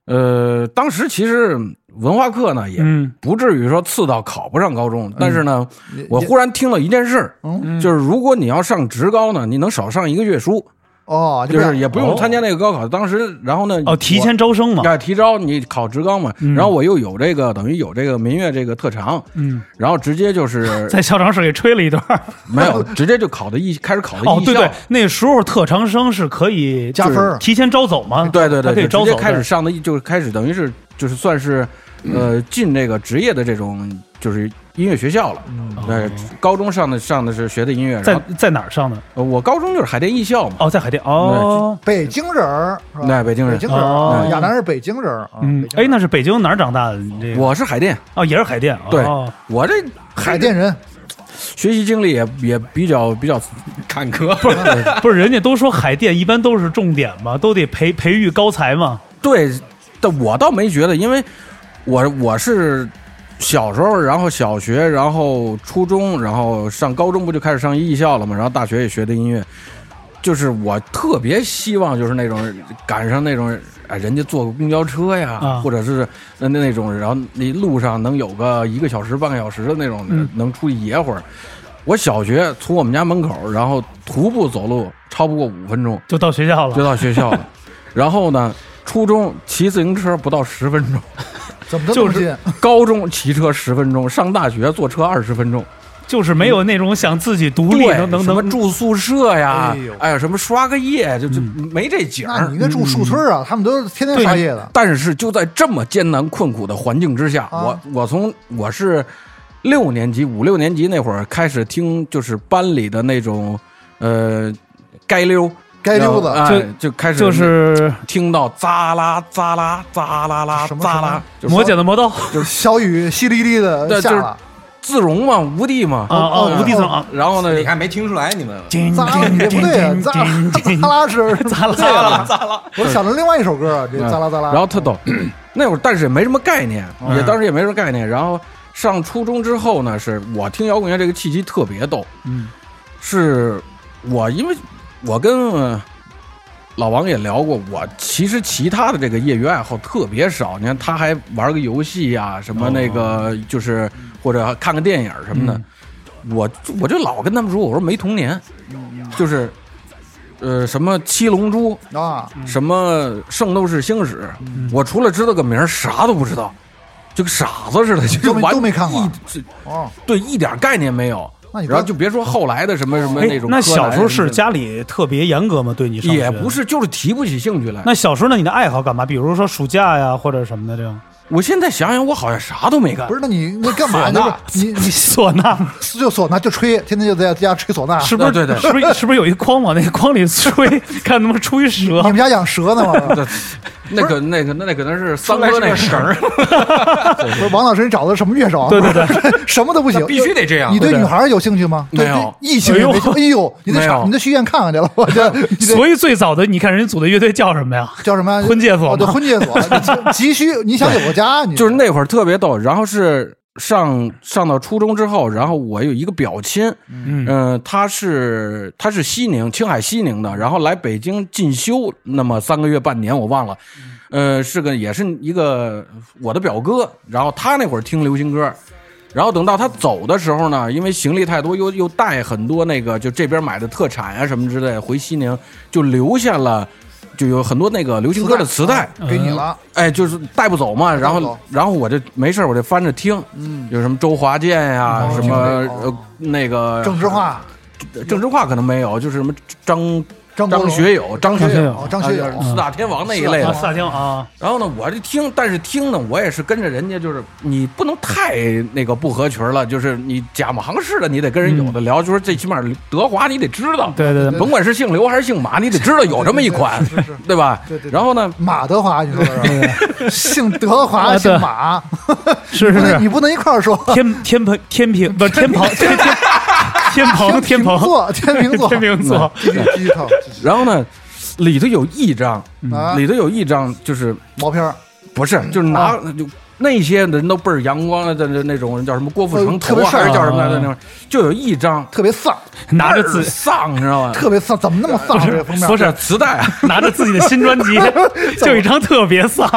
Speaker 4: 呃，当时其实文化课呢也
Speaker 1: 嗯
Speaker 4: 不至于说次到考不上高中，但是呢，我忽然听了一件事儿，
Speaker 2: 嗯
Speaker 4: 就是如果你要上职高呢，你能少上一个月书，
Speaker 2: 哦，就
Speaker 4: 就是是也不用参加那个高考。当时，然后呢，
Speaker 1: 哦提前招生嘛
Speaker 4: 我。要提招你考职高嘛，然后我又有这个等于有这个民乐这个特长，
Speaker 1: 嗯，
Speaker 4: 然后直接就
Speaker 1: (laughs)
Speaker 4: 是
Speaker 1: 在校长室给吹了一段儿，
Speaker 4: 没有直接就考的艺开始考的
Speaker 1: 哦，
Speaker 4: 艺
Speaker 1: 对
Speaker 4: 校
Speaker 1: 对，，那时候特长生是可以
Speaker 2: 加分儿
Speaker 1: 提前招走嘛，
Speaker 4: 对对
Speaker 1: 他
Speaker 4: 对，
Speaker 1: 可以
Speaker 4: 就
Speaker 1: 招
Speaker 4: 直接
Speaker 1: 走
Speaker 4: 开始
Speaker 1: 的嗯
Speaker 4: 上的就是开始等于是就是算是呃进这个职业的这种就是音乐学校了。
Speaker 2: 嗯
Speaker 4: 对，高中上的上的是学的音乐，然
Speaker 1: 哦在
Speaker 4: 后
Speaker 1: 在哪儿上的？
Speaker 4: 呃我高中就是海淀艺校嘛，
Speaker 1: 哦，在海淀哦，
Speaker 2: 北京人儿是吧？
Speaker 4: 那北京人
Speaker 2: 北京人
Speaker 1: 哦
Speaker 2: 儿，啊亚楠是北京人儿啊。
Speaker 1: 嗯
Speaker 2: 北，京
Speaker 1: 哎，
Speaker 2: 人
Speaker 1: 那是北京哪儿长大的？你这个
Speaker 4: 我是海淀，
Speaker 1: 哦，也是海淀，
Speaker 4: 对
Speaker 1: 哦
Speaker 4: 我这
Speaker 2: 海淀人，
Speaker 4: 学习经历也也比较比较
Speaker 3: 坎坷。
Speaker 1: 不是，人家都说海淀一般都是重点嘛，都得培培育高才嘛。
Speaker 4: 对，但我倒没觉得，因为我我是小时候，然后小学，然后初中，然后上高中不就开始上艺校了嘛，然后大学也学的音乐，就是我特别希望就是那种赶上那种。哎，人家坐个公交车呀，
Speaker 1: 啊
Speaker 4: 或者是那那那种，然后那路上能有个一个小时、半个小时的那种，
Speaker 1: 嗯
Speaker 4: 能出去野会儿。我小学从我们家门口，然后徒步走路，超不过五分钟。
Speaker 1: 就到学校了
Speaker 4: 就。到学校了。然后呢，初中骑自行车不到十分钟，
Speaker 2: 怎么这
Speaker 1: 就
Speaker 2: 么
Speaker 1: 是
Speaker 2: 近？
Speaker 4: 高中骑车十分钟，上大学坐车二十分钟。
Speaker 1: 就是没有那种想自己独立
Speaker 4: 对，
Speaker 1: 能能
Speaker 4: 什么
Speaker 1: 能
Speaker 4: 住宿舍呀
Speaker 2: 哎呦，
Speaker 4: 哎呀，什么刷个夜，就就没这景
Speaker 2: 那
Speaker 4: 儿
Speaker 2: 你。应该住树村啊，他们都是天天刷夜的。
Speaker 4: 但是就在这么艰难困苦的环境之下，
Speaker 2: 啊
Speaker 4: 我我从我是六年级五六年级那会儿开始听，就是班里的那种呃街溜
Speaker 2: 街溜子
Speaker 4: 然后哎就开始
Speaker 1: 就是
Speaker 4: 听到扎啦扎啦扎啦啦
Speaker 2: 什么
Speaker 4: 扎
Speaker 2: 什
Speaker 4: 啦
Speaker 2: 么，
Speaker 4: 就是
Speaker 1: 磨剪子磨刀
Speaker 2: 小雨淅沥沥的
Speaker 4: 对
Speaker 2: 下
Speaker 4: 就是
Speaker 2: 了，
Speaker 4: 自容嘛，无地嘛。
Speaker 1: 啊啊，
Speaker 2: 哦
Speaker 1: 无地自容啊。
Speaker 4: 然后呢，
Speaker 3: (laughs) 你还没听出来你们？
Speaker 2: 扎
Speaker 1: (laughs)
Speaker 2: 了，你这不对啊，扎了扎拉是啊
Speaker 1: 咋了咋了咋了？
Speaker 2: 我想着另外一首歌啊，这
Speaker 4: 嗯
Speaker 2: 扎拉扎拉。
Speaker 4: 然后特逗，那会儿但是也没什么概念，
Speaker 1: 嗯
Speaker 4: 也当时也没什么概念。然后上初中之后呢，是我听摇滚乐这个契机特别逗，
Speaker 1: (laughs) 嗯
Speaker 4: 是我因为我跟呃老王也聊过，我其实其他的这个业余爱好特别少。你看他还玩个游戏呀、什么那个就是或者看个电影什么的，我我就老跟他们说，我说没童年，就是呃什么七龙珠，
Speaker 2: 啊，
Speaker 4: 什么《圣斗士星矢》我除了知道个名儿，啥都不知道，就跟傻子似的， (laughs) 就
Speaker 2: 都没
Speaker 4: 完
Speaker 2: 都没看过
Speaker 4: 一
Speaker 2: 哦，
Speaker 4: 对一点概念没有。
Speaker 2: 那你
Speaker 4: 然后就别说后来的什么什么
Speaker 1: 哎
Speaker 4: 种，柯南
Speaker 1: 那小时候是
Speaker 4: 什么
Speaker 1: 家里特别严格吗？对你
Speaker 4: 的
Speaker 1: 上学
Speaker 4: 也不。是，就是提不起兴趣来。
Speaker 1: 那小时候呢？你的爱好干嘛？比如说暑假呀，或者什么的这种。
Speaker 4: 我现在想想，我好像啥都没干
Speaker 2: 不。是，那你你干嘛
Speaker 1: 唢呐
Speaker 2: 呢？就是你你
Speaker 1: 唢呐
Speaker 2: 就唢呐就吹，天天就在家吹唢呐。
Speaker 1: 是不是？
Speaker 4: 对对对
Speaker 1: 是不是？是不是有一筐往那个筐里吹，看他妈出啊一蛇
Speaker 2: 你？们家养蛇呢吗？
Speaker 4: (laughs) 对那个那个那那可能是三哥
Speaker 3: 出来
Speaker 4: 那
Speaker 3: 是个
Speaker 4: 事儿，
Speaker 2: 不是王老师，你找的什么乐手？啊
Speaker 1: 对对对，
Speaker 2: (laughs) 什么都不行，
Speaker 3: (laughs) 必须得这样
Speaker 2: 你对女孩有兴趣吗？
Speaker 4: 没
Speaker 2: 对
Speaker 4: 有
Speaker 2: 对异性也没兴趣。哎呦，你得
Speaker 4: 没有
Speaker 2: 上你得去医院看看去
Speaker 4: (laughs)
Speaker 2: 了。我这你得
Speaker 1: 所以最早的你看人家组的乐队叫什么呀？
Speaker 2: 叫什么呀？
Speaker 1: 婚介所
Speaker 2: 哦对，
Speaker 1: 吗
Speaker 2: 婚介所，
Speaker 4: (laughs)
Speaker 2: 你急需你想有个家，你
Speaker 4: (laughs) 就是那会儿特别逗。然后是上上到初中之后，然后我有一个表亲，
Speaker 1: 嗯
Speaker 4: 嗯、他是他是西宁，青海西宁的，然后来北京进修，那么三个月半年我忘了，
Speaker 2: 嗯
Speaker 4: 呃，是个也是一个我的表哥，然后他那会儿听流行歌。然后等到他走的时候呢，因为行李太多，又又带很多那个就这边买的特产啊什么之类的，回西宁就留下了，就有很多那个流行歌的磁带，
Speaker 2: 啊给你了，
Speaker 4: 哎，就是带不走嘛，然
Speaker 2: 带不
Speaker 4: 后
Speaker 2: 走
Speaker 4: 然后我就没事儿我就翻着听，
Speaker 2: 嗯，
Speaker 4: 有什么周华健呀、
Speaker 2: 哦
Speaker 4: 啊什么
Speaker 2: 哦
Speaker 4: 呃那个
Speaker 2: 郑智化、
Speaker 4: 郑智化可能没有，就是什么张
Speaker 2: 张国
Speaker 4: 张
Speaker 2: 荣
Speaker 4: 学友、张
Speaker 1: 张学
Speaker 4: 学
Speaker 1: 友
Speaker 2: 哦张学友
Speaker 4: 啊就是四大天王那一类
Speaker 2: 对
Speaker 1: 啊，
Speaker 2: 了
Speaker 4: 的。
Speaker 1: 萨汀啊，
Speaker 4: 然后呢，我这听，但是听呢，我也是跟着人家，就是你不能太那个不合群了，就是你假模行式的，你得跟人有的聊，就是最起码德华你得知道，
Speaker 1: 对对对，
Speaker 4: 甭管是姓刘还是姓马，你得知道有这么一款，
Speaker 2: 是是是
Speaker 4: 对吧
Speaker 2: 对对对？
Speaker 4: 然后呢，
Speaker 2: 马德华，你说是？姓德华，
Speaker 1: 啊对
Speaker 2: 姓马，
Speaker 1: 是哦是
Speaker 2: 不能
Speaker 1: 是
Speaker 2: 你。不能一块儿说。
Speaker 1: 天天蓬天平不是天蓬天天天
Speaker 2: (laughs)
Speaker 1: 蓬天
Speaker 2: 秤
Speaker 1: 蓬
Speaker 2: 座，天秤
Speaker 1: (laughs)
Speaker 2: 座，
Speaker 1: 天秤座，
Speaker 2: 继续继续看继续
Speaker 4: 然后呢，里头有一张，
Speaker 2: 啊，
Speaker 4: 里头有一张就是
Speaker 2: 毛片儿，
Speaker 4: 不是，
Speaker 2: 嗯
Speaker 4: 就是拿、
Speaker 2: 啊
Speaker 4: 就那些人都倍儿阳光的那那种人叫什么郭富城
Speaker 2: 呃
Speaker 4: 头
Speaker 2: 特别
Speaker 4: 啊还是
Speaker 1: 丧
Speaker 4: 叫什么来
Speaker 1: 啊
Speaker 4: 着那种，就有一张
Speaker 2: 特别丧，
Speaker 1: 拿着
Speaker 4: 倍儿
Speaker 1: 自
Speaker 4: (laughs) 丧，你知道吗？
Speaker 2: 特别丧，怎么那么丧？啊这个封面
Speaker 1: 不
Speaker 4: 不
Speaker 1: 是
Speaker 4: 是磁带
Speaker 2: (laughs)
Speaker 4: 啊，
Speaker 1: 拿着自己的新专辑，就一张特别丧，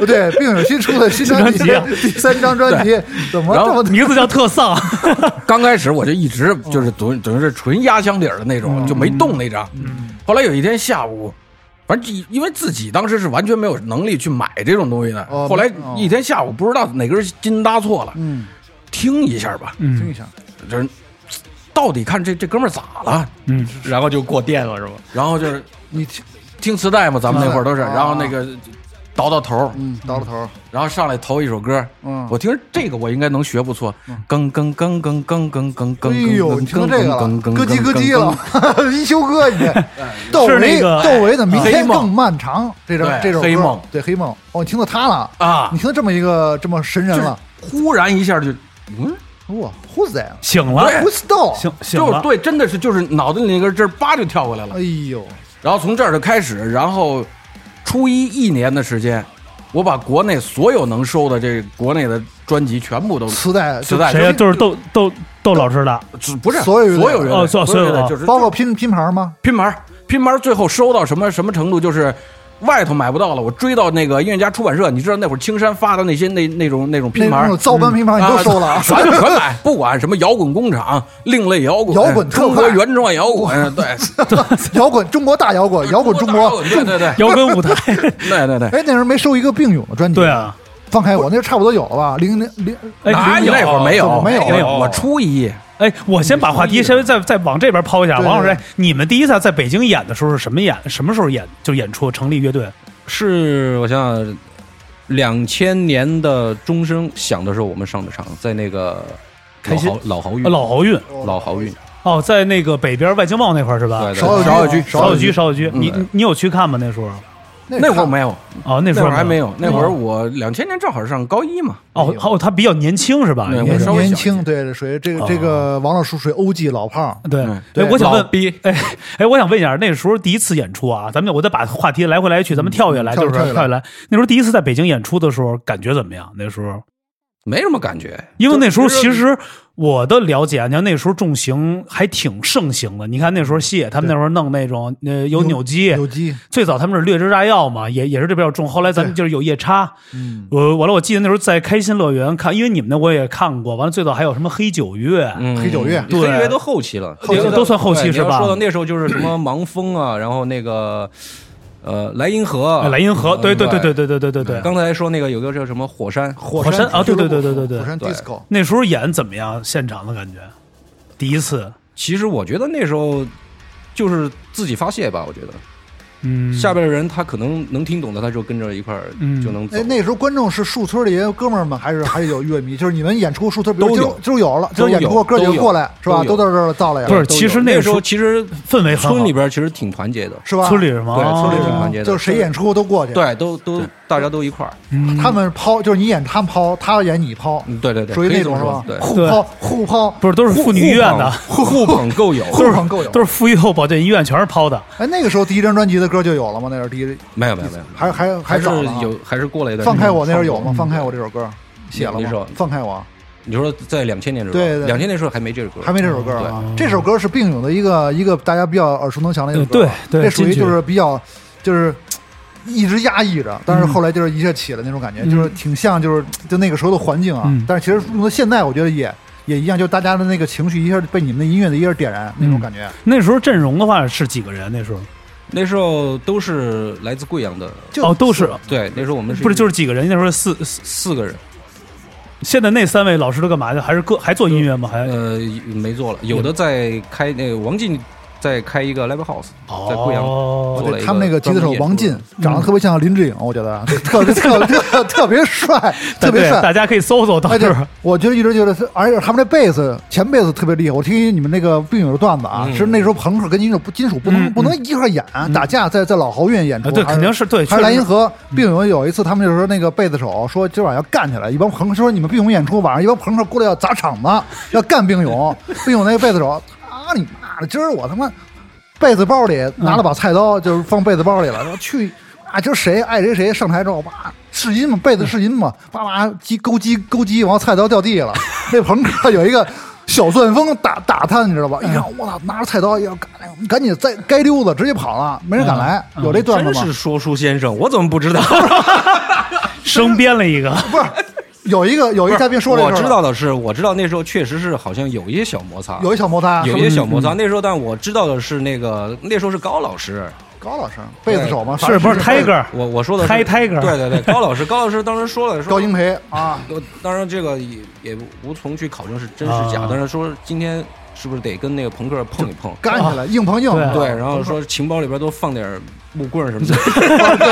Speaker 2: 不对，病友新出的新专辑
Speaker 1: 新专
Speaker 2: 第三张专辑，怎么
Speaker 4: 然
Speaker 2: 这
Speaker 4: 后
Speaker 2: 么
Speaker 1: 名字叫特丧。
Speaker 4: 刚开始我就一直就是等
Speaker 2: 嗯
Speaker 4: 于等于是纯压箱底儿的那种，就没动那张。后来有一天下午。反正因为自己当时是完全没有能力去买这种东西的，
Speaker 2: 哦
Speaker 4: 后来
Speaker 2: 哦
Speaker 4: 一天下午不知道哪根筋搭错了，
Speaker 2: 嗯，
Speaker 4: 听一下吧，
Speaker 2: 听一
Speaker 1: 嗯
Speaker 2: 下，
Speaker 4: 就是到底看这这哥们儿咋了？
Speaker 1: 嗯，
Speaker 3: 然后就过电了是吗？
Speaker 4: 然后就是
Speaker 2: 你听
Speaker 4: 听磁带嘛，咱们那会儿都是，
Speaker 2: 啊
Speaker 4: 然后那个倒倒头儿，
Speaker 2: 嗯，倒了头儿，
Speaker 4: 然后上来头一首歌，
Speaker 2: 嗯，
Speaker 4: 我听着这个我应该能学不错，更更更更更更更更，
Speaker 2: 哎呦，你听这个了，咯叽咯叽了， (laughs) 一休哥
Speaker 4: (laughs)
Speaker 2: 你这，窦
Speaker 1: 是
Speaker 2: 唯
Speaker 1: 那个
Speaker 2: 窦唯的《明
Speaker 4: 黑
Speaker 2: 天
Speaker 4: 梦
Speaker 2: 更漫长》这首
Speaker 4: 对
Speaker 2: 这首歌
Speaker 4: 黑梦
Speaker 2: 对黑梦，哦，你听到他了，
Speaker 4: 啊
Speaker 2: 你，听到这么一个这么神人
Speaker 4: 就是
Speaker 2: 了，
Speaker 4: 忽然一下就，嗯，
Speaker 2: 哇，Who's that？
Speaker 1: 醒了，
Speaker 2: Who's Dog？
Speaker 1: 醒醒
Speaker 4: 就是
Speaker 1: 了，
Speaker 4: 对，真的是就是脑袋里那根筋儿叭就跳过来了
Speaker 2: 哎，呦，
Speaker 4: 然后从这儿就开始，然后初一一年的时间，我把国内所有能收的这国内的专辑全部都
Speaker 2: 磁带，
Speaker 4: 磁带
Speaker 1: 谁呀？就是窦窦窦老师的，
Speaker 4: 只不是
Speaker 2: 所有乐队
Speaker 4: 所有人
Speaker 1: 哦所有
Speaker 4: 所
Speaker 1: 所
Speaker 4: 有
Speaker 1: 有
Speaker 4: 的
Speaker 1: 啊
Speaker 4: 就是
Speaker 2: 包括拼拼盘吗？
Speaker 4: 拼盘儿拼盘儿最后收到什么什么程度，就是外头买不到了，我追到那个音乐家出版社，你知道那会儿青山发的那些那那种那种
Speaker 2: 那
Speaker 4: 拼盘
Speaker 2: 那
Speaker 4: 儿
Speaker 2: 种。糟干拼盘你都
Speaker 4: 啊
Speaker 2: 收了啊，
Speaker 4: (laughs) 全全买，不管什么摇滚工厂、另类摇滚、哎
Speaker 2: 摇滚特
Speaker 4: 中
Speaker 2: 快
Speaker 4: 国原创摇滚，对，
Speaker 2: (laughs) 摇滚中国大摇滚， (laughs) 摇滚中
Speaker 4: (laughs) 大摇
Speaker 2: 国
Speaker 4: 滚，对对对
Speaker 1: 摇滚舞台，
Speaker 4: 对对对，
Speaker 2: 哎，那时候没收一个并勇的专
Speaker 1: (laughs)
Speaker 2: 辑，
Speaker 1: 对，啊，
Speaker 2: 放开我那时候差不多有了吧，零零零，
Speaker 1: 哎，
Speaker 4: 哪
Speaker 1: 你
Speaker 4: 有那会儿没
Speaker 2: 怎么
Speaker 4: 有
Speaker 2: 没有啊
Speaker 1: 没有
Speaker 4: 我初一
Speaker 1: 哎，我先把话题稍微再再往这边抛一下，
Speaker 2: 对
Speaker 1: 王老师，
Speaker 2: 对
Speaker 1: 哎你们第一次在北京演的时候是什么演？什么时候演就演出成立乐队？
Speaker 3: 是我想想，两千年的钟声响的时候，我们上的场，在那个
Speaker 1: 开
Speaker 3: 老
Speaker 1: 心
Speaker 3: 豪老
Speaker 2: 哦
Speaker 3: 豪运
Speaker 1: 呃老濠运
Speaker 3: 老豪运，
Speaker 1: 哦，在那个北边外经贸那块儿是吧
Speaker 3: 对？
Speaker 2: 少有
Speaker 3: 对，
Speaker 4: 少有
Speaker 2: 居
Speaker 4: 居
Speaker 1: 芍
Speaker 2: 少
Speaker 1: 药居，芍药居，你
Speaker 4: 嗯
Speaker 3: 对
Speaker 1: 你有去看吗？那时候？
Speaker 4: 那会儿没有，
Speaker 1: 哦，那时
Speaker 4: 那
Speaker 1: 候
Speaker 4: 会儿还没有，那会儿
Speaker 1: 哦
Speaker 4: 我两千年正好上高一嘛，
Speaker 1: 哦，哦，他比较年轻是吧？
Speaker 4: 对
Speaker 1: 应该
Speaker 2: 年
Speaker 1: 是
Speaker 4: 稍微
Speaker 2: 年
Speaker 4: 小一
Speaker 2: 轻，
Speaker 4: 些
Speaker 2: 对，属于这
Speaker 1: 啊
Speaker 2: 个这个王老叔属于欧记老胖儿，
Speaker 1: 对
Speaker 4: 嗯，
Speaker 1: 哎，
Speaker 2: 对
Speaker 1: 我想
Speaker 3: 老
Speaker 1: 问，
Speaker 3: 逼，
Speaker 1: 哎哎，我想问一下，那时候第一次演出啊，咱们我再把话题来回来去，咱们跳下来，
Speaker 2: 跳
Speaker 1: 就是
Speaker 2: 跳下来
Speaker 1: 跳下来。那时候第一次在北京演出的时候，感觉怎么样？那时候，
Speaker 3: 没什么感觉，
Speaker 1: 因为那时候
Speaker 3: 就觉
Speaker 1: 其
Speaker 3: 得
Speaker 1: 实我的了解啊，你看那时候重型还挺盛行的。你看那时候谢他们那时候弄那种呃有扭机，
Speaker 2: 有机，
Speaker 1: 最早他们是劣质炸药嘛，也也是这比较重。后来咱们就是有夜叉，
Speaker 2: 嗯，
Speaker 1: 我完了，我记得那时候在开心乐园看，因为你们那我也看过。完了，最早还有什么黑九月，
Speaker 3: 嗯
Speaker 2: 黑九月
Speaker 1: 对
Speaker 3: 黑九月都后期了，
Speaker 1: 后期
Speaker 3: 你要
Speaker 1: 都算后期
Speaker 3: 对
Speaker 1: 是吧
Speaker 3: 你要说到那时候就是什么盲风啊，然后那个呃莱茵河
Speaker 1: 哎，莱茵河，
Speaker 3: 嗯
Speaker 1: 对对对对
Speaker 3: 对
Speaker 1: 对对对对对。
Speaker 3: 刚才说那个有个叫什么火山，
Speaker 2: 火
Speaker 1: 火山啊对
Speaker 2: 俱乐部
Speaker 1: 对对对对对
Speaker 2: 火山
Speaker 3: 对
Speaker 2: disco，
Speaker 1: 那时候演怎么样？现场的感觉，第一次，
Speaker 3: 其实我觉得那时候就是自己发泄吧，我觉得
Speaker 1: 嗯，
Speaker 3: 下边的人他可能能听懂的，他就跟着一块儿
Speaker 1: 嗯
Speaker 3: 就能走
Speaker 2: 哎，。那时候观众是树村里有哥们儿们，还是还是有乐迷？就是你们演出树村，比
Speaker 3: 都
Speaker 2: 如
Speaker 3: 有
Speaker 2: 就就有了，就是
Speaker 3: 都有
Speaker 2: 演出过歌就
Speaker 3: 都有
Speaker 2: 过来是吧？
Speaker 3: 都
Speaker 2: 都到
Speaker 3: 有
Speaker 2: 这儿到来了，
Speaker 1: 不是
Speaker 3: 都有
Speaker 1: 其实那
Speaker 3: 那
Speaker 1: 个时候
Speaker 3: 其实
Speaker 1: 氛围很好
Speaker 3: 村里边其实挺团结的，
Speaker 2: 是吧？
Speaker 1: 村里人吗？
Speaker 3: 对村里
Speaker 1: 人
Speaker 3: 是
Speaker 2: 哦
Speaker 3: 团结的
Speaker 2: 就是谁演出都过去，，
Speaker 3: 对，都都大家都一块儿，
Speaker 2: 他们抛就是你演他们抛，他演你抛，
Speaker 3: 嗯对对对，
Speaker 2: 属于
Speaker 3: 可以
Speaker 2: 那
Speaker 3: 这
Speaker 2: 种
Speaker 3: 么
Speaker 2: 是
Speaker 3: 说
Speaker 2: 吧？
Speaker 3: 对，
Speaker 2: 互
Speaker 1: 对
Speaker 2: 抛互抛，
Speaker 1: 不是都是妇女医院的，
Speaker 3: 互互捧
Speaker 1: (laughs)
Speaker 3: 够友，
Speaker 1: 啊
Speaker 2: 互捧够友
Speaker 1: 都。是妇幼保健医院全是抛的，
Speaker 2: 哎，那个时候第一张专辑的歌就有了吗？那时候第一
Speaker 3: 没有没有没有，
Speaker 2: 还还
Speaker 3: 还
Speaker 2: 还
Speaker 3: 是
Speaker 2: 早呢啊
Speaker 3: 有还是过了一段时
Speaker 2: 放
Speaker 3: 间。
Speaker 2: 开我那时候有吗？
Speaker 1: 嗯
Speaker 2: 放开我这首歌写了
Speaker 3: 哪一首
Speaker 2: 吗？放开我
Speaker 3: 你说在两千年的时候，
Speaker 2: 对对
Speaker 3: 两千年的时候还没这首歌，
Speaker 2: 还没这首歌啊。
Speaker 1: 哦
Speaker 2: 这首歌是并勇的一个一个大家比较耳熟能详的一首歌啊，
Speaker 1: 嗯对对
Speaker 2: 这属于
Speaker 1: 金曲
Speaker 2: 就是比较就是。一直压抑着，但是后来就是一下起来那种感觉，
Speaker 1: 嗯
Speaker 2: 就是挺像就是就那个时候的环境啊。
Speaker 1: 嗯
Speaker 2: 但是其实用到现在，我觉得也也一样，就是大家的那个情绪一下被你们的音乐的一下点燃、那
Speaker 1: 嗯
Speaker 2: 种感觉。
Speaker 1: 那时候阵容的话是几个人？那时候
Speaker 3: 那时候都是来自贵阳的，
Speaker 2: 就
Speaker 1: 哦，都是
Speaker 3: 对，那时候我们
Speaker 1: 不是就是是几个人？那时候四四，
Speaker 3: 四个人，
Speaker 1: 现在那三位老师都干嘛去？还是歌还做音乐吗？还
Speaker 3: 呃，没做了，有的在开那个王进在开一个 live house，在贵阳
Speaker 1: 哦
Speaker 3: 做了
Speaker 2: 对
Speaker 3: 一个
Speaker 2: 他们那个吉他手王进
Speaker 1: 嗯
Speaker 2: 长
Speaker 3: 专门
Speaker 2: 得特别像林志颖，我觉得 (laughs) 特别特特特别帅，特别
Speaker 1: (laughs) 对
Speaker 2: 帅。
Speaker 1: 大家可以搜搜，到
Speaker 2: 哎，
Speaker 1: 时
Speaker 2: 对
Speaker 1: 候，
Speaker 2: 我觉得一直觉得是，而且他们这贝斯前贝斯特别厉害。我听你们那个病友的段子啊，
Speaker 3: 嗯
Speaker 2: 是那时候朋克跟金属不金属不能、
Speaker 1: 嗯
Speaker 2: 不能一块儿演、打架在，在老豪运演出，
Speaker 1: 啊对
Speaker 2: 还
Speaker 1: 肯定是对
Speaker 2: 还
Speaker 1: 确实
Speaker 2: 是莱茵河病友有一次，他们就说那个贝斯手说今晚要干起来，一帮朋克说你们病友演出晚上一帮朋克过来要砸场子，要干病
Speaker 1: (laughs)
Speaker 2: 友，病友那个贝斯手啊你妈的，今儿我他妈被子包里拿了把菜
Speaker 3: 嗯
Speaker 2: 刀，就是放被子包里了，然后去啊，今儿谁爱谁谁上台之后，哇，试音嘛，被子试音嘛，叭叭叽勾叽勾叽，完了菜刀掉地
Speaker 3: (laughs)
Speaker 2: 了。那朋克有一个小钻风打打他，你知道吧？
Speaker 3: 嗯
Speaker 2: 一看我操，拿着菜刀要赶赶紧再该溜子，直接跑了，没人敢来。有这段
Speaker 3: 业
Speaker 2: 子
Speaker 3: 做的嗯真
Speaker 2: 吗
Speaker 3: 是？说书先生，我怎么
Speaker 2: (laughs)
Speaker 3: 不知道？
Speaker 1: 生编了一个，
Speaker 2: 不是，有一个有一个
Speaker 3: 不是
Speaker 2: 嘉宾说了
Speaker 3: 我
Speaker 2: 一
Speaker 3: 知
Speaker 2: 声，
Speaker 3: 道的是，我知道那时候确实是好像有一些小摩擦，
Speaker 2: 有一小摩擦，是
Speaker 3: 有一
Speaker 2: 不
Speaker 3: 些
Speaker 2: 是
Speaker 3: 小摩
Speaker 2: (laughs)
Speaker 3: 擦。那时候，但我知道的是那个那时候是高老师，
Speaker 2: 高老师贝斯手嘛，反
Speaker 1: 是
Speaker 2: 正
Speaker 1: 不是 Tiger？
Speaker 3: 我我说的是
Speaker 1: 嗨 Tiger
Speaker 3: 对对对，高老师， (laughs) 高老师当时说了，说
Speaker 2: 高英培啊，
Speaker 3: 我当然这个也也无从去考证是真是假
Speaker 1: 啊，
Speaker 3: 但是说今天是不是得跟那个朋克碰一碰？
Speaker 2: 干起来，硬碰硬。
Speaker 1: 对
Speaker 3: 对，然后说钱包里边多放点木棍儿什么的。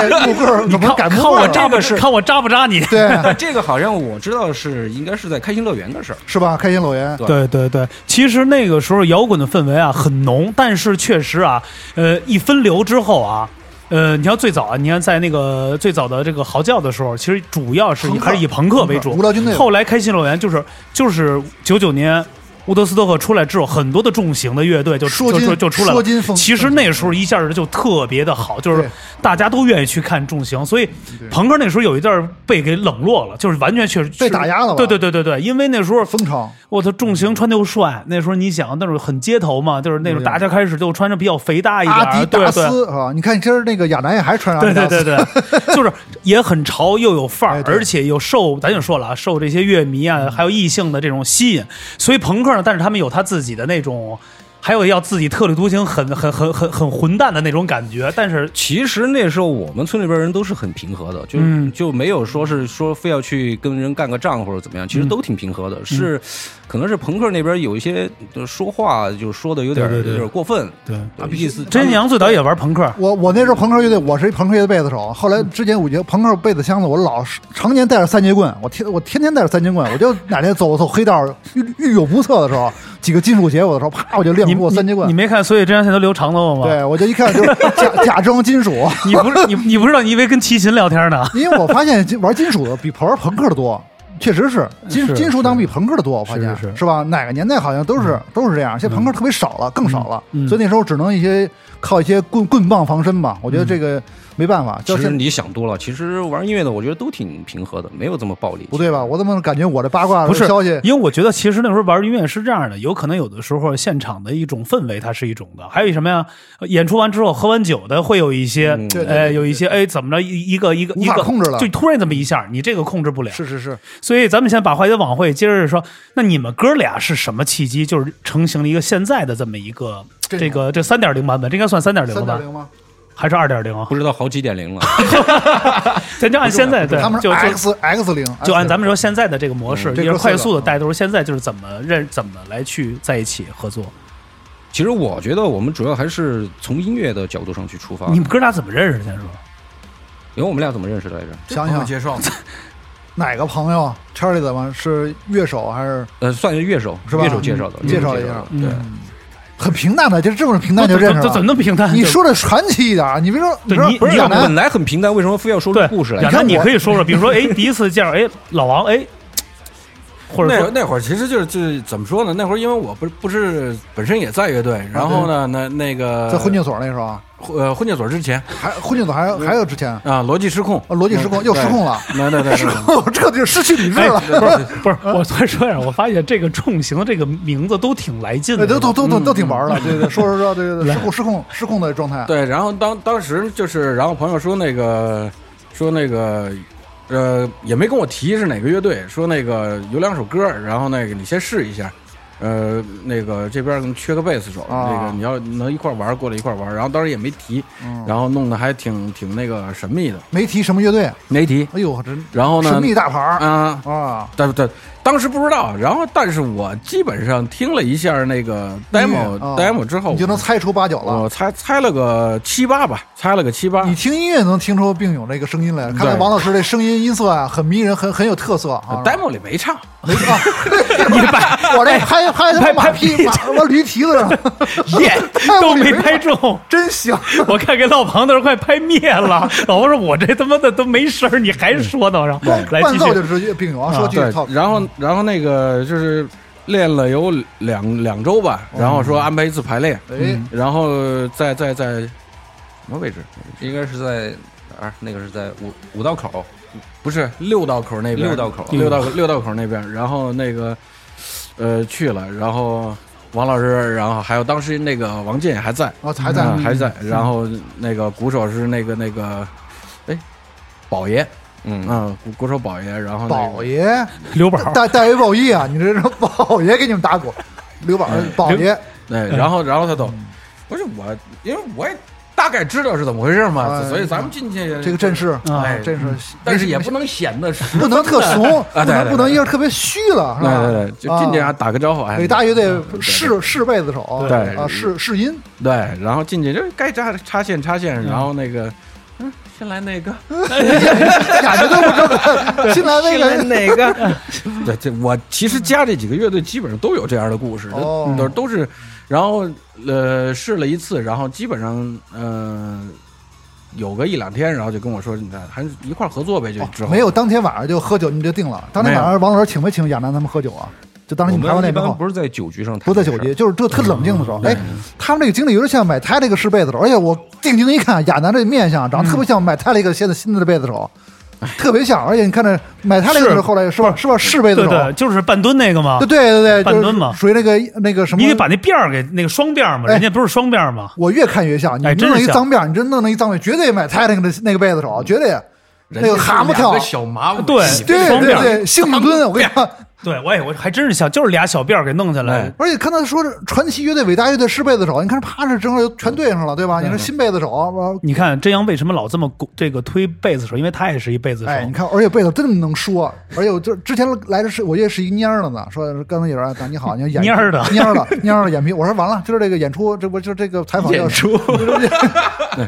Speaker 2: 对，木棍儿怎么改木
Speaker 1: 看
Speaker 2: 棍
Speaker 1: 我
Speaker 2: 儿了？
Speaker 1: 扎不
Speaker 3: 这个是
Speaker 1: 看我扎不扎你？
Speaker 2: 对，
Speaker 3: 这个好像我知道是应该是在开心乐园的事儿。
Speaker 2: 是吧？开心乐园，
Speaker 1: 对对对，其实那个时候摇滚的氛围啊很浓，但是确实啊，呃，一分流之后啊。呃，你像最早啊，你看在那个最早的这个嚎叫的时候，其实主要是以
Speaker 2: 朋克
Speaker 1: 还是以朋克为
Speaker 2: 朋克无
Speaker 1: 主
Speaker 2: 聊军队。
Speaker 1: 后来开心乐园就是就是九九年伍德斯托克出来之后，很多的重型的乐队就
Speaker 2: 说
Speaker 1: 就
Speaker 2: 金
Speaker 1: 就就出来
Speaker 2: 说
Speaker 1: 了
Speaker 2: 金。风
Speaker 1: 其实那时候一下子就特别的好，就是
Speaker 2: 对
Speaker 1: 大家都愿意去看重型，所以
Speaker 2: 对
Speaker 1: 朋克那时候有一阵儿被给冷落了，就是完全确实
Speaker 2: 被打压了吧
Speaker 1: 对对对对对，因为那时候
Speaker 2: 风潮。
Speaker 1: 我操，重型穿的又帅，那时候你想那种很街头嘛，就是那种
Speaker 2: 对
Speaker 1: 大家开始就穿着比较肥大一点
Speaker 2: 阿
Speaker 1: 儿，
Speaker 2: 迪达
Speaker 1: 对哎对。
Speaker 2: 斯是吧？你看今儿那个亚楠也还穿着
Speaker 1: 对
Speaker 2: 阿迪
Speaker 1: 对
Speaker 2: 达斯，
Speaker 1: 对对，就是也很潮又有范儿
Speaker 2: 哎，对
Speaker 1: 而且又受咱就说了啊，受这些乐迷啊，还有异性的这种吸引，所以朋克呢，但是他们有他自己的那种，还有要自己特立独行，很很很很很混蛋的那种感觉，但是
Speaker 3: 其实那时候我们村里边人都是很平和的，就、
Speaker 1: 嗯
Speaker 3: 就没有说是说非要去跟人干个仗或者怎么样，其实都挺平和的。是，可能是朋克那边有一些呃说话就说的有点
Speaker 1: 对对对
Speaker 3: 有点过分，啊
Speaker 1: 对，
Speaker 3: 对意思
Speaker 1: 真阳最早也玩朋克，
Speaker 2: 我我那时候朋克乐队，我是一朋克乐队贝斯手。后来之前我觉得朋克贝斯箱子，我老是常年带着三节棍，我天我天天带着三节棍，我就哪天走走黑道遇遇有不测的时候，几个金属鞋我的时候，啪我就练
Speaker 1: 你
Speaker 2: 不过三节
Speaker 1: 你
Speaker 2: 棍。
Speaker 1: 没看，所以真阳现在都留长头发吗？
Speaker 2: 对，我就一 (laughs) 看就是假假装金属，
Speaker 1: 你不是你你不知道，你以为跟齐秦聊天呢？
Speaker 2: (laughs) 因为我发现金玩金属的比玩朋克的多，确实是金
Speaker 1: 是
Speaker 2: 金属党比朋克的多，我发现
Speaker 1: 是是
Speaker 2: 吧？哪个年代好像都是都是这样，现在朋克特别少了，更少了
Speaker 1: 嗯，
Speaker 2: 所以那时候只能一些靠一些棍棍棒防身吧。我
Speaker 1: 嗯
Speaker 2: 觉得这个没办法，就
Speaker 3: 其
Speaker 2: 现
Speaker 3: 实你想多了，其实玩音乐的我觉得都挺平和的，没有这么暴力。
Speaker 2: 不对吧？我怎么感觉我这八卦
Speaker 1: 不是
Speaker 2: 消息
Speaker 1: (laughs) 因为我觉得其实那时候玩音乐是这样的，有可能有的时候现场的一种氛围它是一种的，还有一什么呀？演出完之后喝完酒的会有一些，
Speaker 3: 嗯
Speaker 2: 对对
Speaker 1: 哎，
Speaker 2: 对
Speaker 1: 有一些哎怎么着一一个一个
Speaker 2: 无
Speaker 1: 一
Speaker 2: 法
Speaker 1: 个
Speaker 2: 控制了
Speaker 1: 就突然这么一下，你这个控制不了。
Speaker 2: 是是是，
Speaker 1: 所以咱们先把话题往回接着说，那你们哥俩是什么契机，就是成型了一个现在的这么一个
Speaker 2: 这
Speaker 1: 这个这三点零版本，这应该算三点零
Speaker 2: 三
Speaker 1: 吧
Speaker 2: 点？零吗？
Speaker 1: 还是二点零啊？
Speaker 3: 不知道好几点零了， (laughs)
Speaker 1: 咱就按现在对，
Speaker 2: 他们是
Speaker 1: 就就
Speaker 2: X X 零，
Speaker 1: 就按咱们说现在的这个模式，
Speaker 2: 嗯
Speaker 1: 就
Speaker 2: 这
Speaker 1: 是
Speaker 2: 哥四个
Speaker 1: 快速的带，都是现在就是怎么认怎么来去在一起合作。
Speaker 3: 其实我觉得我们主要还是从音乐的角度上去出发。
Speaker 1: 你们哥俩怎么认识的？先说，
Speaker 3: 因为我们俩怎么认识的来着？
Speaker 2: 想
Speaker 4: 朋友
Speaker 2: 想
Speaker 4: 介绍的，
Speaker 2: 哪个朋友 Charlie 怎么是乐手还是
Speaker 3: 呃，算是乐手，
Speaker 2: 是吧
Speaker 3: 乐手介绍的，
Speaker 2: 嗯
Speaker 3: 乐手
Speaker 2: 介绍了一下
Speaker 3: 的
Speaker 1: 嗯
Speaker 3: 对，
Speaker 2: 很平淡的，就是这么平淡就认识
Speaker 1: 这怎
Speaker 2: 了。
Speaker 1: 么能平淡？
Speaker 2: 你
Speaker 1: 啊就
Speaker 2: 说的传奇一点啊，你别说，你
Speaker 1: 对
Speaker 2: 说
Speaker 1: 你
Speaker 2: 不是
Speaker 1: 你
Speaker 2: 亚
Speaker 1: 要
Speaker 2: 楠
Speaker 3: 本，来很平淡，为什么非要说出
Speaker 1: 对，
Speaker 3: 故事来
Speaker 1: 然？后
Speaker 2: 你看
Speaker 1: 你
Speaker 2: 我
Speaker 1: 可以说说，比如说，哎，第一次见着，哎，老王，哎，或者
Speaker 4: (laughs) 那会儿
Speaker 1: 说，
Speaker 4: 那会儿其实就是就是怎么说呢？那会儿因为我不是不是本身也在乐队，然后呢，那那个
Speaker 2: 在婚介所那时候啊，
Speaker 4: 呃婚介所之前
Speaker 2: 还婚介所还
Speaker 1: 嗯
Speaker 2: 还有之前啊
Speaker 4: 啊，逻辑失控，
Speaker 2: 逻辑失
Speaker 4: 嗯
Speaker 2: 控又失控了，
Speaker 4: 那那那那。
Speaker 2: 这个就失去理智了。
Speaker 1: 哎不是，我突然说一下，我发现这个重型的这个名字都挺来劲的，
Speaker 2: 哎呃对，都都都都都挺
Speaker 1: 嗯
Speaker 2: 玩的，对对，说说说，对对对，
Speaker 1: 来
Speaker 2: 失控失控失控的状态，
Speaker 4: 对，然后当当时就是，然后朋友说那个说那个呃也没跟我提是哪个乐队，说那个有两首歌，然后那个你先试一下。呃，那个这边可能缺个贝斯手，
Speaker 2: 啊
Speaker 4: 那个你要能一块玩儿过来一块玩儿，然后当时也没提，
Speaker 2: 嗯
Speaker 4: 然后弄得还挺挺那个神秘的，
Speaker 2: 没提什么乐队，
Speaker 4: 没提。
Speaker 2: 哎呦，这
Speaker 4: 然后呢，
Speaker 2: 神秘大牌儿
Speaker 4: 啊，
Speaker 2: 啊，
Speaker 4: 对对，当时不知道。然后，但是我基本上听了一下那个 demo、
Speaker 2: 啊
Speaker 4: demo 之后，
Speaker 2: 你就能猜出八九了。
Speaker 4: 我猜猜了个七八吧，猜了个七八。
Speaker 2: 你听音乐能听出并涌这个声音来，看来
Speaker 4: 对
Speaker 2: 王老师这声音音色啊，很迷人，很很有特色啊。
Speaker 4: 呃 demo 里没唱，
Speaker 2: 没错， (laughs) 你拍我这拍拍他妈
Speaker 1: 哎拍
Speaker 2: 马屁，马他妈驴蹄子上，
Speaker 1: 耶
Speaker 4: (laughs)
Speaker 2: 哎
Speaker 1: 都
Speaker 2: (laughs) 我
Speaker 1: 没
Speaker 2: 以为
Speaker 1: 拍中。
Speaker 2: 真香。
Speaker 1: 我看给老庞那儿快拍灭了，老王说：“我这他妈的都没声儿，你还说呢？”然后来
Speaker 2: 伴
Speaker 1: 继
Speaker 2: 奏
Speaker 1: 续
Speaker 2: 就，直接并涌，说句
Speaker 4: 啊对
Speaker 2: 套，，
Speaker 4: 然后然后那个就是练了有两两周吧，
Speaker 2: 哦
Speaker 4: 然后说安排一次排练，
Speaker 2: 哎，
Speaker 4: 然后在在在什么位置？
Speaker 3: 应该是在哪儿？那个是在五五道口，
Speaker 4: 不是六道口那边，
Speaker 3: 六道口
Speaker 4: 六道口嗯六道口那边，然后那个呃去了，然后王老师，然后还有当时那个王健也还在，
Speaker 2: 啊还在
Speaker 4: 嗯还在，然后那个鼓手是那个那个，哎，宝爷，
Speaker 3: 嗯，
Speaker 4: 嗯，鼓鼓手宝爷，然后那
Speaker 2: 宝
Speaker 4: 个
Speaker 2: 爷
Speaker 4: 嗯
Speaker 1: 刘宝儿
Speaker 2: 带带一宝衣啊，你这是宝爷给你们打
Speaker 4: 嗯
Speaker 2: 鼓，刘宝宝爷
Speaker 4: 哎
Speaker 2: 嗯
Speaker 4: 对，然后然后他走，不是我，因为我也。大大概知道是怎么回事嘛，
Speaker 2: 哎
Speaker 4: 所以咱们进去
Speaker 2: 这个阵势
Speaker 1: 啊
Speaker 4: 哎，
Speaker 2: 阵势，
Speaker 4: 但是也不能显得是
Speaker 2: 不能特怂，
Speaker 4: 对
Speaker 2: 不能
Speaker 4: 对
Speaker 2: 不能一下特别虚了，是吧？
Speaker 4: 对对对，就进去啊，打个招呼，哎，
Speaker 2: 啊给大乐队试试贝斯手，
Speaker 4: 对
Speaker 2: 啊，试试音，
Speaker 4: 对，然后进去就该插插线插线，然后那个，嗯，先来那个，
Speaker 2: 感哎觉都不知道，新来那个
Speaker 4: 哪个？对，这我其实加这几个乐队基本上都有这样的故事，都、
Speaker 2: 哦
Speaker 4: 嗯都都是，然后呃试了一次，然后基本上呃有个一两天，然后就跟我说，你看还是一块儿合作呗，就之后、
Speaker 2: 哦没有，当天晚上就喝酒，你们就定了。当天晚上王老师请没请亚楠他们喝酒啊？就当时
Speaker 3: 我
Speaker 2: 你们排完
Speaker 3: 们
Speaker 2: 那
Speaker 3: 一
Speaker 2: 之
Speaker 3: 般
Speaker 2: 后，
Speaker 3: 不是在酒局上谈
Speaker 2: 不在
Speaker 3: 这
Speaker 2: 酒
Speaker 3: 事儿
Speaker 2: 局，，就是这特冷静的时候。
Speaker 4: 嗯
Speaker 2: 哎，他们这个经历有点像买胎这个试贝斯手，而且我定睛一看，亚楠这面相长得特别
Speaker 1: 嗯
Speaker 2: 像买胎这个现在新的贝斯手，特别像。而且你看这买胎这个
Speaker 1: 哎是
Speaker 2: 是后来是吧？是吧？试贝斯
Speaker 1: 对
Speaker 2: 手，
Speaker 1: 对，就是半蹲那个嘛
Speaker 2: 对，对对
Speaker 1: 半
Speaker 2: 对，就
Speaker 1: 蹲嘛
Speaker 2: 是属于那个那个什么
Speaker 1: 你得。把那辫儿给那个双辫儿嘛，
Speaker 2: 哎
Speaker 1: 人家不是双辫儿嘛，
Speaker 2: 我越看越像，你
Speaker 1: 哎真
Speaker 2: 弄
Speaker 1: 是
Speaker 2: 了一
Speaker 1: 像
Speaker 2: 脏辫儿，你真弄了一脏辫儿，绝对买胎那个那个贝斯手，绝对。
Speaker 4: 人
Speaker 2: 那
Speaker 4: 家
Speaker 2: 个蛤蟆
Speaker 4: 两
Speaker 2: 跳
Speaker 4: 个小麻
Speaker 3: 啊
Speaker 4: 舞，
Speaker 1: 对
Speaker 4: 你
Speaker 2: 对
Speaker 1: 双
Speaker 2: 对
Speaker 1: 辫儿
Speaker 2: 对，幸运蹲，我跟你说，
Speaker 1: (laughs) 对我也我还真是想，就是俩小辫儿给弄下来
Speaker 4: 哎，
Speaker 2: 而且看他说是传奇乐队、伟大乐队是贝斯手，你看啪这正好就全对上了，对吧？你
Speaker 1: 嗯
Speaker 2: 说新贝斯手，我
Speaker 1: 你看真阳为什么老这么鼓这个推贝斯手？因为他也是一贝斯手。
Speaker 2: 哎，你看，而且贝斯真能说，而且我就之前来的是我也是一蔫儿的呢，说刚才有人打你好，你要演
Speaker 1: 蔫儿的
Speaker 2: 蔫儿的蔫儿的眼皮，我说完了，就是这个演出，这不就是这个采访
Speaker 3: 演
Speaker 2: (laughs)
Speaker 3: 出，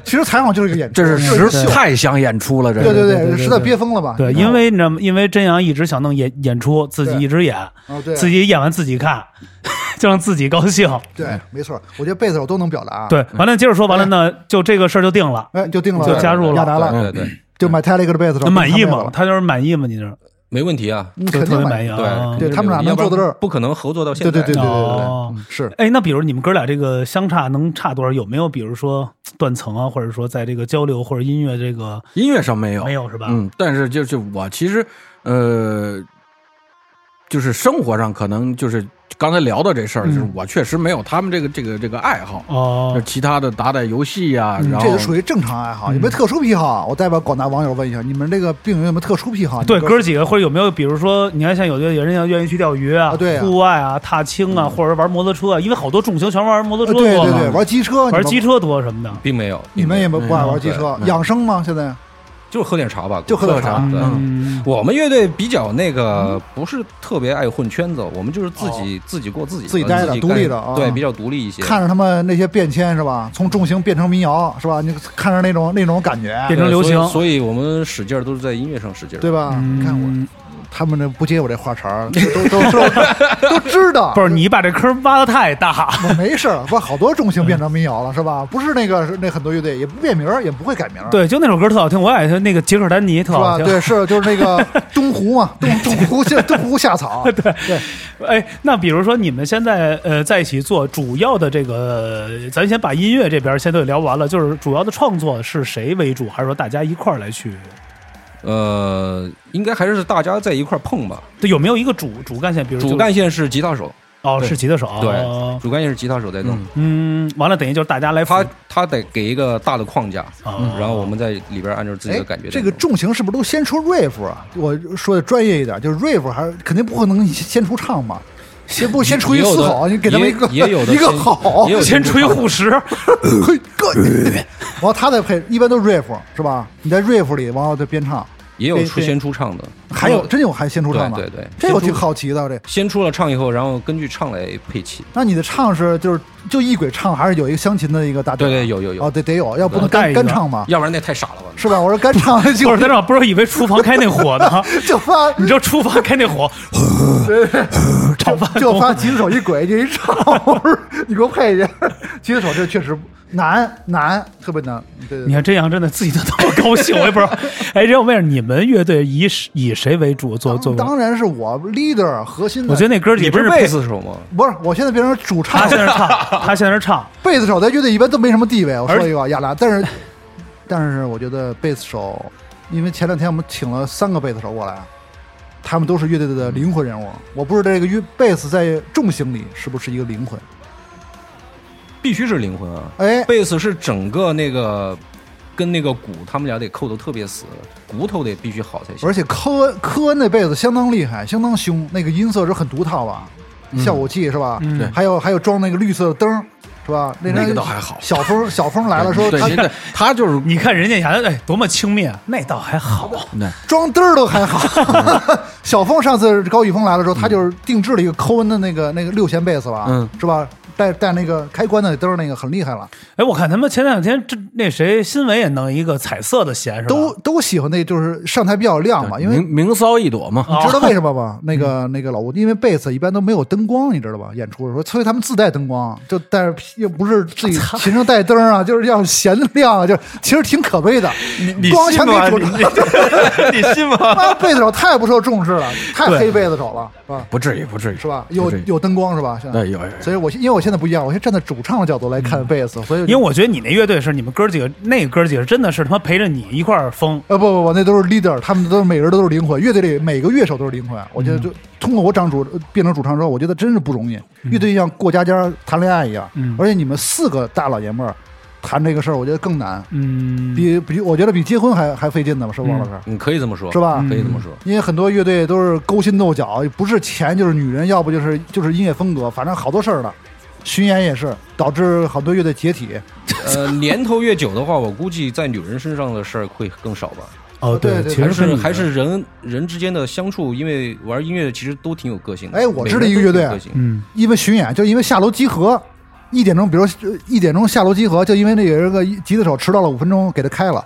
Speaker 2: 其实采访就是个演出，
Speaker 4: 这是
Speaker 2: 就
Speaker 4: 实
Speaker 2: 秀，
Speaker 4: 太想演出了，这
Speaker 2: 对
Speaker 4: 是
Speaker 1: 对对
Speaker 2: 对，
Speaker 1: 对
Speaker 2: 实在憋疯了吧？
Speaker 1: 对，因为你知道吗？因为真阳一直想弄演演出，自己
Speaker 2: 对
Speaker 1: 一直演，
Speaker 2: 啊，对啊
Speaker 1: 自己演完自己看， (laughs) 就让自己高兴。
Speaker 2: 对，没错，我觉得贝斯手都能表达，，啊
Speaker 1: 对，完了接着说，完了呢，就这个事儿就定了，
Speaker 2: 嗯哎，就定了，
Speaker 1: 就加入了
Speaker 2: 亚达了，
Speaker 4: 对对对，
Speaker 2: 就买泰勒一个贝斯手，
Speaker 1: 满意
Speaker 2: 吗
Speaker 1: 吗？？他就是满意吗？你这
Speaker 3: 没问题啊。
Speaker 2: 嗯
Speaker 1: 就
Speaker 2: 肯
Speaker 1: 特
Speaker 2: 定
Speaker 1: 别满意
Speaker 2: 意，
Speaker 1: 啊。
Speaker 2: 对他们俩能
Speaker 3: 要不然
Speaker 2: 坐到这儿
Speaker 3: 不可能合作到现
Speaker 2: 对
Speaker 3: 在。
Speaker 2: 对对嗯对对
Speaker 1: 哦
Speaker 2: 对，对是。
Speaker 1: 哎，那比如你们哥俩这个相差能差多少？有没有比如说断层啊，或者说在这个交流或者音乐这个
Speaker 4: 音乐上没有
Speaker 1: 没有是吧？
Speaker 4: 嗯，但是就是我其实呃，就是生活上可能就是刚才聊到这事儿，就是
Speaker 1: 嗯
Speaker 4: 我确实没有他们这个这个这个爱好，
Speaker 1: 哦
Speaker 4: 那，其他的打打游戏呀、
Speaker 1: 嗯
Speaker 4: 然后
Speaker 2: 这就属于正常爱好，有没有特殊癖好啊？我代表广大网友问一下，你们这个病友有没有特殊癖好？
Speaker 1: 对，
Speaker 2: 你们
Speaker 1: 哥几个或者有没有比如说，你看像有的人要愿意去钓鱼啊
Speaker 2: 啊对啊
Speaker 1: 户外啊、踏青啊，或者玩摩托车啊，因为好多重型全玩摩托
Speaker 2: 呃
Speaker 1: 车
Speaker 2: 对
Speaker 1: 多
Speaker 2: 对
Speaker 1: 嘛
Speaker 2: 对，，玩机车，你
Speaker 1: 玩
Speaker 2: 们
Speaker 1: 机，车多什么的。
Speaker 3: 并没有，
Speaker 2: 你们也不
Speaker 4: 嗯
Speaker 2: 不爱玩机车，养生吗？现在
Speaker 3: 就是喝点茶吧，
Speaker 2: 就喝点茶
Speaker 3: 对。
Speaker 1: 嗯，
Speaker 3: 我们乐队比较那个，不是特别爱混圈子，我们就是自己自己过自己
Speaker 2: 哦
Speaker 3: 的
Speaker 2: 自己待着
Speaker 3: 干
Speaker 2: 独立的啊
Speaker 3: 对，比较独立一些。
Speaker 2: 看着他们那些变迁是吧？从重型变成民谣是吧？你看着那种那种感觉，
Speaker 1: 变成流行
Speaker 3: 对所以所以我们使劲儿都是在音乐上使劲儿。
Speaker 2: 对吧？
Speaker 1: 嗯
Speaker 2: 你看我，他们这不接我这话茬儿，都都
Speaker 1: (laughs)
Speaker 2: 都都知道，
Speaker 1: 不是你把这坑挖的太大，
Speaker 2: 我没事儿，不好多重型变成民谣了是吧？不是那个那很多乐队也不变名儿，也不会改名儿。
Speaker 1: 对，就那首歌特好听，我爱听那个杰克丹尼特
Speaker 2: 是吧？
Speaker 1: 好听。
Speaker 2: 对，是就是那个东湖嘛，东东湖下东湖下草，对对，
Speaker 1: 哎，那比如说你们现在呃在一起做主要的这个，呃咱先把音乐这边先都聊完了，就是主要的创作是谁为主，还是说大家一块儿来去？
Speaker 3: 呃，应该还是大家在一块儿碰吧。
Speaker 1: 对，有没有一个主主干线？比如就
Speaker 3: 主干线是吉他手，
Speaker 1: 哦，
Speaker 3: 对
Speaker 1: 是吉他手
Speaker 3: 对，
Speaker 1: 哦
Speaker 3: 主干线是吉他手在弄
Speaker 4: 嗯，
Speaker 1: 嗯，完了等于就是大家来
Speaker 3: 他
Speaker 1: 辅
Speaker 3: 他得给一个大的框架，
Speaker 1: 哦
Speaker 3: 然后我们在里边按照自己
Speaker 2: 哎
Speaker 3: 的感觉在
Speaker 2: 这
Speaker 3: 弄。
Speaker 2: 个重型是不是都先出 riff 啊？我说的专业一点，就是 riff 还是肯定不可能先出唱嘛，先不先出一
Speaker 3: 也有
Speaker 2: 嘶
Speaker 3: 的
Speaker 2: 吼，你给他们一个
Speaker 3: 也也有的
Speaker 2: 一个
Speaker 3: 先
Speaker 2: 吼 (laughs)
Speaker 3: 也，有
Speaker 1: 先吹护食，
Speaker 2: 嘿哥，然后他再配，一般都是 riff 是吧？你在 riff 里，然后再编唱，
Speaker 3: 也有
Speaker 2: 对
Speaker 3: 出
Speaker 2: 对
Speaker 3: 先出唱的，
Speaker 2: 还有真有还先出唱的，
Speaker 3: 嗯对对对
Speaker 2: 这我
Speaker 3: 先
Speaker 2: 挺
Speaker 3: 出
Speaker 2: 好奇的这。
Speaker 3: 先出了唱以后，然后根据唱来配器。
Speaker 2: 那你的唱是就是就一轨唱，还是有一个湘琴的一个大底儿
Speaker 3: 对对，有有
Speaker 2: 哦，
Speaker 3: 有，
Speaker 2: 得得有，要不
Speaker 1: 对
Speaker 2: 能
Speaker 1: 带
Speaker 2: 干
Speaker 1: 一个
Speaker 2: 干唱嘛，
Speaker 3: 要不然那太傻了吧？
Speaker 2: 是吧？我说干
Speaker 3: (laughs)
Speaker 2: 唱就
Speaker 1: 不是咱俩不是以为厨房开那火呢？ (laughs)
Speaker 2: 就发
Speaker 1: 你知道厨房开那火，炒饭
Speaker 2: 就发吉他手一鬼就一唱，我说你给我配去。吉他手这确实难难，特别难。对
Speaker 1: (laughs) 你
Speaker 2: 对对，
Speaker 1: 看真阳真的自己都那么高兴，我也不知道。哎，这我问一下，你们乐队以以谁为主做做？
Speaker 2: 当然是我 leader 核心的。
Speaker 1: 我觉得那哥几
Speaker 3: 你
Speaker 1: 个
Speaker 3: 不
Speaker 1: 真
Speaker 3: 是
Speaker 1: 是
Speaker 3: 贝斯手吗？
Speaker 2: 不是，我现在变成主唱
Speaker 1: 他
Speaker 2: 了
Speaker 1: 现在是唱，他现在是唱，
Speaker 2: 贝斯手在乐队一般都没什么地位。我
Speaker 1: 而
Speaker 2: 说一个亚兰，但是但是我觉得贝斯手，因为前两天我们请了三个贝斯手过来，他们都是乐队的灵魂人物。我不知道这个乐贝斯在重型里是不是一个灵魂？
Speaker 3: 必须是灵魂啊！
Speaker 2: 哎，
Speaker 3: 贝斯是整个那个跟那个鼓，他们俩得扣得特别死，骨头得必须好才行。
Speaker 2: 而且科恩科恩那贝斯相当厉害，相当凶，那个音色是很独特吧，效果器是吧？
Speaker 1: 嗯
Speaker 4: 对
Speaker 2: 还有还有装那个绿色的灯儿，是吧？那
Speaker 4: 那
Speaker 2: 天
Speaker 4: 个倒还好
Speaker 2: 小峰小峰来了，说
Speaker 4: 对，
Speaker 2: 他
Speaker 4: 您
Speaker 2: (laughs)
Speaker 4: 这他就是
Speaker 1: 你看人家牙哎多么轻蔑，那倒还好。
Speaker 4: 对
Speaker 2: 装嘚儿都还
Speaker 4: 嗯
Speaker 2: 好。 (laughs) 小峰上次高宇峰来的时候，他就是定制了一个抠文的那个那个六弦贝斯吧，
Speaker 4: 嗯
Speaker 2: 是吧？带带那个开关的嘚儿那个很厉害了，
Speaker 1: 哎，我看他们前两天这那谁新闻也弄一个彩色的弦是吧？
Speaker 2: 都都喜欢那就是上台比较亮嘛，因为啊
Speaker 4: 明明骚一朵嘛，
Speaker 2: 你
Speaker 5: 哦
Speaker 2: 知道为什
Speaker 5: (laughs)
Speaker 2: 么吗？那个
Speaker 5: 嗯
Speaker 2: 那个老吴，因为贝斯一般都没有灯光，你知道吧？演出的时候，所以他们自带灯光，就但是又不是自己琴上带灯啊，就是要弦亮啊，就是其实挺可悲的。
Speaker 5: 你
Speaker 2: 光
Speaker 5: 信
Speaker 2: 全给
Speaker 5: 吗？
Speaker 2: 主
Speaker 3: (laughs)
Speaker 5: 你
Speaker 2: 持，
Speaker 5: 你你信 (laughs) 吗？
Speaker 2: 啊，贝斯手太不受重视了，太
Speaker 1: 对
Speaker 2: 黑贝斯手了，是吧？
Speaker 4: 不至于不至于
Speaker 2: 是吧？有
Speaker 4: 不至于
Speaker 2: 有灯光是吧？现在
Speaker 4: 对有有有
Speaker 2: 所以我因为我现在不一样，我先站在主唱的角度来
Speaker 5: 嗯
Speaker 2: 看贝斯，所以
Speaker 1: 因为我觉得你那乐队是你们哥几个，那哥几个真的是他妈陪着你一块儿疯。
Speaker 2: 呃，不不不，那都是 leader，他们都是每人都是灵魂，乐队里每个乐手都是灵魂。啊我
Speaker 1: 嗯
Speaker 2: 觉得就通过我掌主呃变成主唱之后，我觉得真是不容易。乐队像过家家谈恋爱一样，
Speaker 1: 嗯
Speaker 2: 而且你们四个大老爷们儿谈这个事儿，我觉得更难，
Speaker 1: 嗯，
Speaker 2: 比比我觉得比结婚还还费劲呢吧，是吧，王老师？
Speaker 3: 你可以这么说，
Speaker 2: 是吧
Speaker 3: 可以这么说。
Speaker 2: 因为很多乐队都是勾心斗角，不是钱就是女人，要不就是就是音乐风格，反正好多事儿了。巡演也是导致很多乐队解体。
Speaker 3: 呃，年头越久的话，我估计在女人身上的事儿会更少吧。
Speaker 1: 哦
Speaker 2: 对对
Speaker 1: 其
Speaker 3: 还
Speaker 1: 实
Speaker 3: 是
Speaker 1: 跟你
Speaker 3: 还是人人之间的相处，因为玩音乐的其实都挺有个性的。
Speaker 2: 哎我
Speaker 3: 每
Speaker 2: 知道
Speaker 3: 人
Speaker 2: 一个乐
Speaker 3: 都
Speaker 2: 队
Speaker 3: 挺有个性
Speaker 1: 嗯
Speaker 2: 因为巡演，就因为下楼集合，一点钟，比如呃一点钟下楼集合，就因为那有一个吉他手迟到了五分钟，给他开了，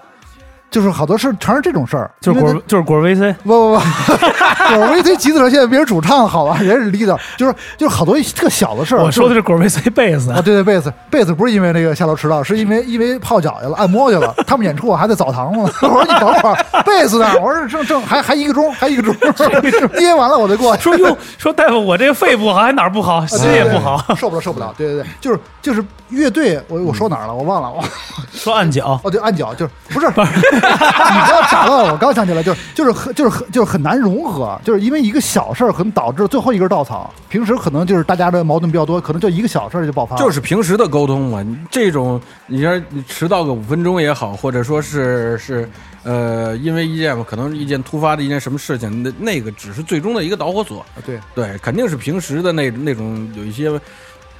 Speaker 2: 就是好多事儿全是这种事儿，
Speaker 1: 就是
Speaker 2: 因为啊
Speaker 1: 果就是果
Speaker 2: (laughs)
Speaker 1: VC，
Speaker 2: 那不不不，我 VC 吉他手现在别人主唱好吧， (laughs) 人是 leader，就是就是好多特小的事儿。
Speaker 1: 我说的是果
Speaker 2: (laughs)
Speaker 1: VC 贝斯
Speaker 2: 啊，，对对，贝斯贝斯不是因为那个下楼迟到，是因为因为泡脚去了，按摩去了。 (laughs) 他们演出我还在澡堂子呢， (laughs) 我说你等会儿，贝斯呢？我说正正还还一个钟，还一个钟， (laughs) 捏完了我就过去。
Speaker 1: 说哟说大夫我这个肺不好，还哪儿不
Speaker 2: 啊
Speaker 1: 好，心也不好，
Speaker 2: 受不了，受不了。对对对，就是就是乐队，我我说哪儿了？我忘了。我
Speaker 1: 说按脚。
Speaker 2: 哦，对，按脚就是
Speaker 1: (laughs)
Speaker 2: 不是？你不要假乱，我刚想起来，就是就是很就是很就是很难融合，就是因为一个小事儿可能导致最后一根稻草。平时可能就是大家的矛盾比较多，可能就一个小事儿就爆发了。
Speaker 4: 就是平时的沟通嘛，你这种你说你迟到个五分钟也好，或者说是是呃，因为一件可能是一件突发的一件什么事情，那那个只是最终的一个导火索，
Speaker 2: 对，
Speaker 4: 对，肯定是平时的那那种有一些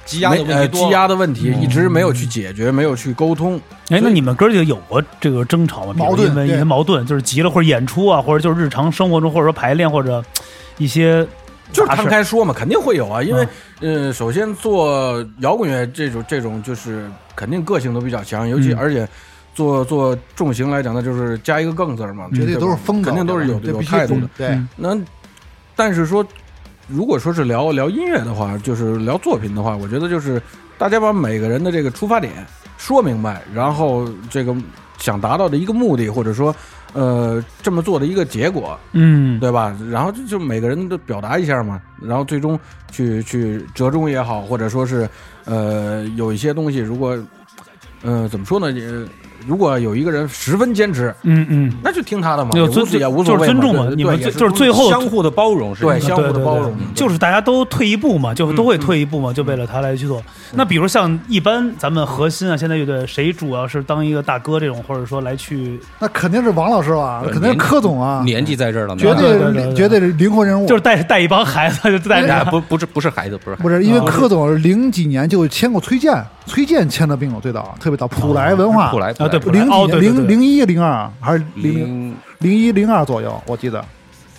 Speaker 3: 积压的
Speaker 4: 没
Speaker 3: 问
Speaker 4: 呃
Speaker 3: 题多了，
Speaker 4: 积压的问题，一直没有去解决，没有去沟通，
Speaker 1: 哎，那
Speaker 4: 所以
Speaker 1: 你们哥几个有过这个争吵吗？比如
Speaker 2: 矛盾
Speaker 1: 因为一
Speaker 2: 对
Speaker 1: 些矛盾，就是急了，或者演出啊，或者就是日常生活中，或者说排练，或者一些
Speaker 4: 就是
Speaker 1: 杂事
Speaker 4: 摊开说嘛，肯定会有啊，因为、呃，首先做摇滚乐这种这种就是肯定个性都比较强，尤其
Speaker 1: 嗯
Speaker 4: 而且做做重型来讲，那就是加一个更字儿嘛，
Speaker 2: 绝对
Speaker 4: 吧
Speaker 2: 都是疯子，
Speaker 4: 肯定都是有
Speaker 2: 对
Speaker 4: 有
Speaker 2: 必须
Speaker 4: 态度的。
Speaker 2: 对
Speaker 1: 嗯
Speaker 4: 那但是说，如果说是聊聊音乐的话，就是聊作品的话，我觉得就是大家把每个人的这个出发点说明白，然后这个想达到的一个目的，或者说呃这么做的一个结果，
Speaker 1: 嗯
Speaker 4: 对吧？然后就就每个人都表达一下嘛，然后最终去去折中也好，或者说是呃有一些东西，如果呃怎么说呢？呃如果有一个人十分坚持，
Speaker 1: 嗯嗯，
Speaker 4: 那就听他的嘛，
Speaker 1: 有
Speaker 4: 也无
Speaker 1: 尊
Speaker 4: 所也无所
Speaker 1: 就是
Speaker 4: 谓
Speaker 1: 尊重嘛
Speaker 4: 对
Speaker 1: 你们最
Speaker 4: 对也
Speaker 1: 就是最后
Speaker 3: 相互的包容是吧
Speaker 4: 对相互的包容
Speaker 1: 对对对就是大家都退一步嘛，就
Speaker 2: 嗯
Speaker 1: 都会退一步嘛，就为了他来去做。那比如像一般咱们核心啊，现在乐队谁主要是当一个大哥这种，或者说来去，
Speaker 2: 那肯定是王老师吧，
Speaker 4: 呃
Speaker 3: 对
Speaker 2: 肯定是
Speaker 3: 年
Speaker 2: 柯总啊，
Speaker 3: 年纪在这儿了嘛，
Speaker 2: 绝
Speaker 1: 啊对对对对
Speaker 2: 绝对是灵魂人物
Speaker 1: 就。是带带一帮孩子，就带
Speaker 3: (laughs) 哎
Speaker 1: 着
Speaker 3: 不不是不是孩子，不是孩子
Speaker 2: 不是，因为
Speaker 1: 啊
Speaker 2: 柯总零几年就签过崔健，崔健签的并友最早，特别早，普莱文化，
Speaker 3: 普莱
Speaker 1: 啊，对，
Speaker 3: 普
Speaker 1: 不
Speaker 3: 莱
Speaker 1: 来
Speaker 2: 零
Speaker 1: 哦，
Speaker 2: 几
Speaker 1: 对对
Speaker 2: 零
Speaker 1: 对，
Speaker 2: 零一零二还是零零
Speaker 3: 零
Speaker 2: 零一零二左右，我记得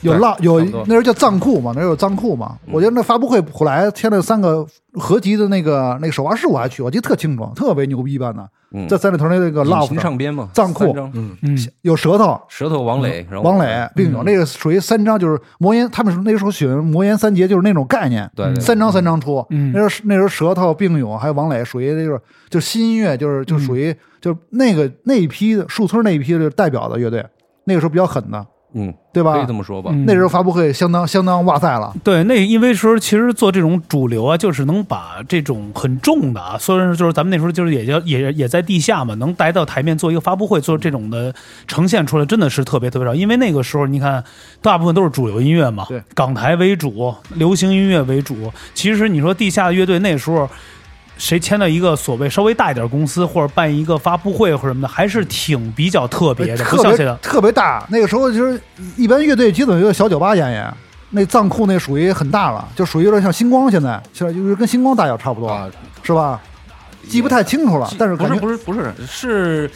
Speaker 2: 有
Speaker 3: 对
Speaker 2: 浪有
Speaker 3: 差不多
Speaker 2: 那时候叫藏库嘛，那时候有藏库嘛。
Speaker 3: 嗯
Speaker 2: 我觉得那发布会普莱签了三个合集的那个那个首发式，我还去，我记得特清楚，特别牛逼般的。
Speaker 3: 嗯
Speaker 2: 这三里屯的那个
Speaker 3: 隐
Speaker 2: Love
Speaker 3: 形
Speaker 2: 的
Speaker 3: 唱片嘛，
Speaker 2: 藏库嗯
Speaker 3: 三张
Speaker 1: 嗯，
Speaker 2: 有舌头，
Speaker 3: 舌头王磊，然后嗯
Speaker 2: 王磊并有那个属于三张，就是魔岩，他们那时候选魔岩三杰，就是那种概念，
Speaker 3: 对对对
Speaker 2: 三张三张出。
Speaker 1: 嗯
Speaker 2: 那时候是那时候舌头并勇还有王磊，属于就是就是新音乐，就是就属
Speaker 3: 嗯
Speaker 2: 于就是那个那一批的树村那一批的代表的乐队，那个时候比较狠的，
Speaker 3: 嗯，
Speaker 2: 对吧？
Speaker 3: 可以这么说吧，
Speaker 1: 嗯
Speaker 2: 那时候发布会相当相当哇塞了，
Speaker 1: 对，那因为时候其实做这种主流啊，就是能把这种很重的啊，虽然说就是咱们那时候就是也叫也也在地下嘛，能来到台面做一个发布会，做这种的呈现出来，真的是特别特别少。因为那个时候你看，大部分都是主流音乐嘛
Speaker 2: 对，
Speaker 1: 港台为主，流行音乐为主。其实你说地下乐队那时候。谁签到一个所谓稍微大一点公司，或者办一个发布会或者什么的，还是挺比较特别的，不
Speaker 2: 哎特
Speaker 1: 像现
Speaker 2: 别
Speaker 1: 在。
Speaker 2: 特别大。那个时候就是一般乐队基本就是小酒吧演演，那藏库那属于很大了，就属于有点像星光现在，现在就是跟星光大小差不多，
Speaker 3: 啊
Speaker 2: 是吧？记不太清楚了，但是
Speaker 3: 不
Speaker 2: 感觉
Speaker 3: 是不是不是是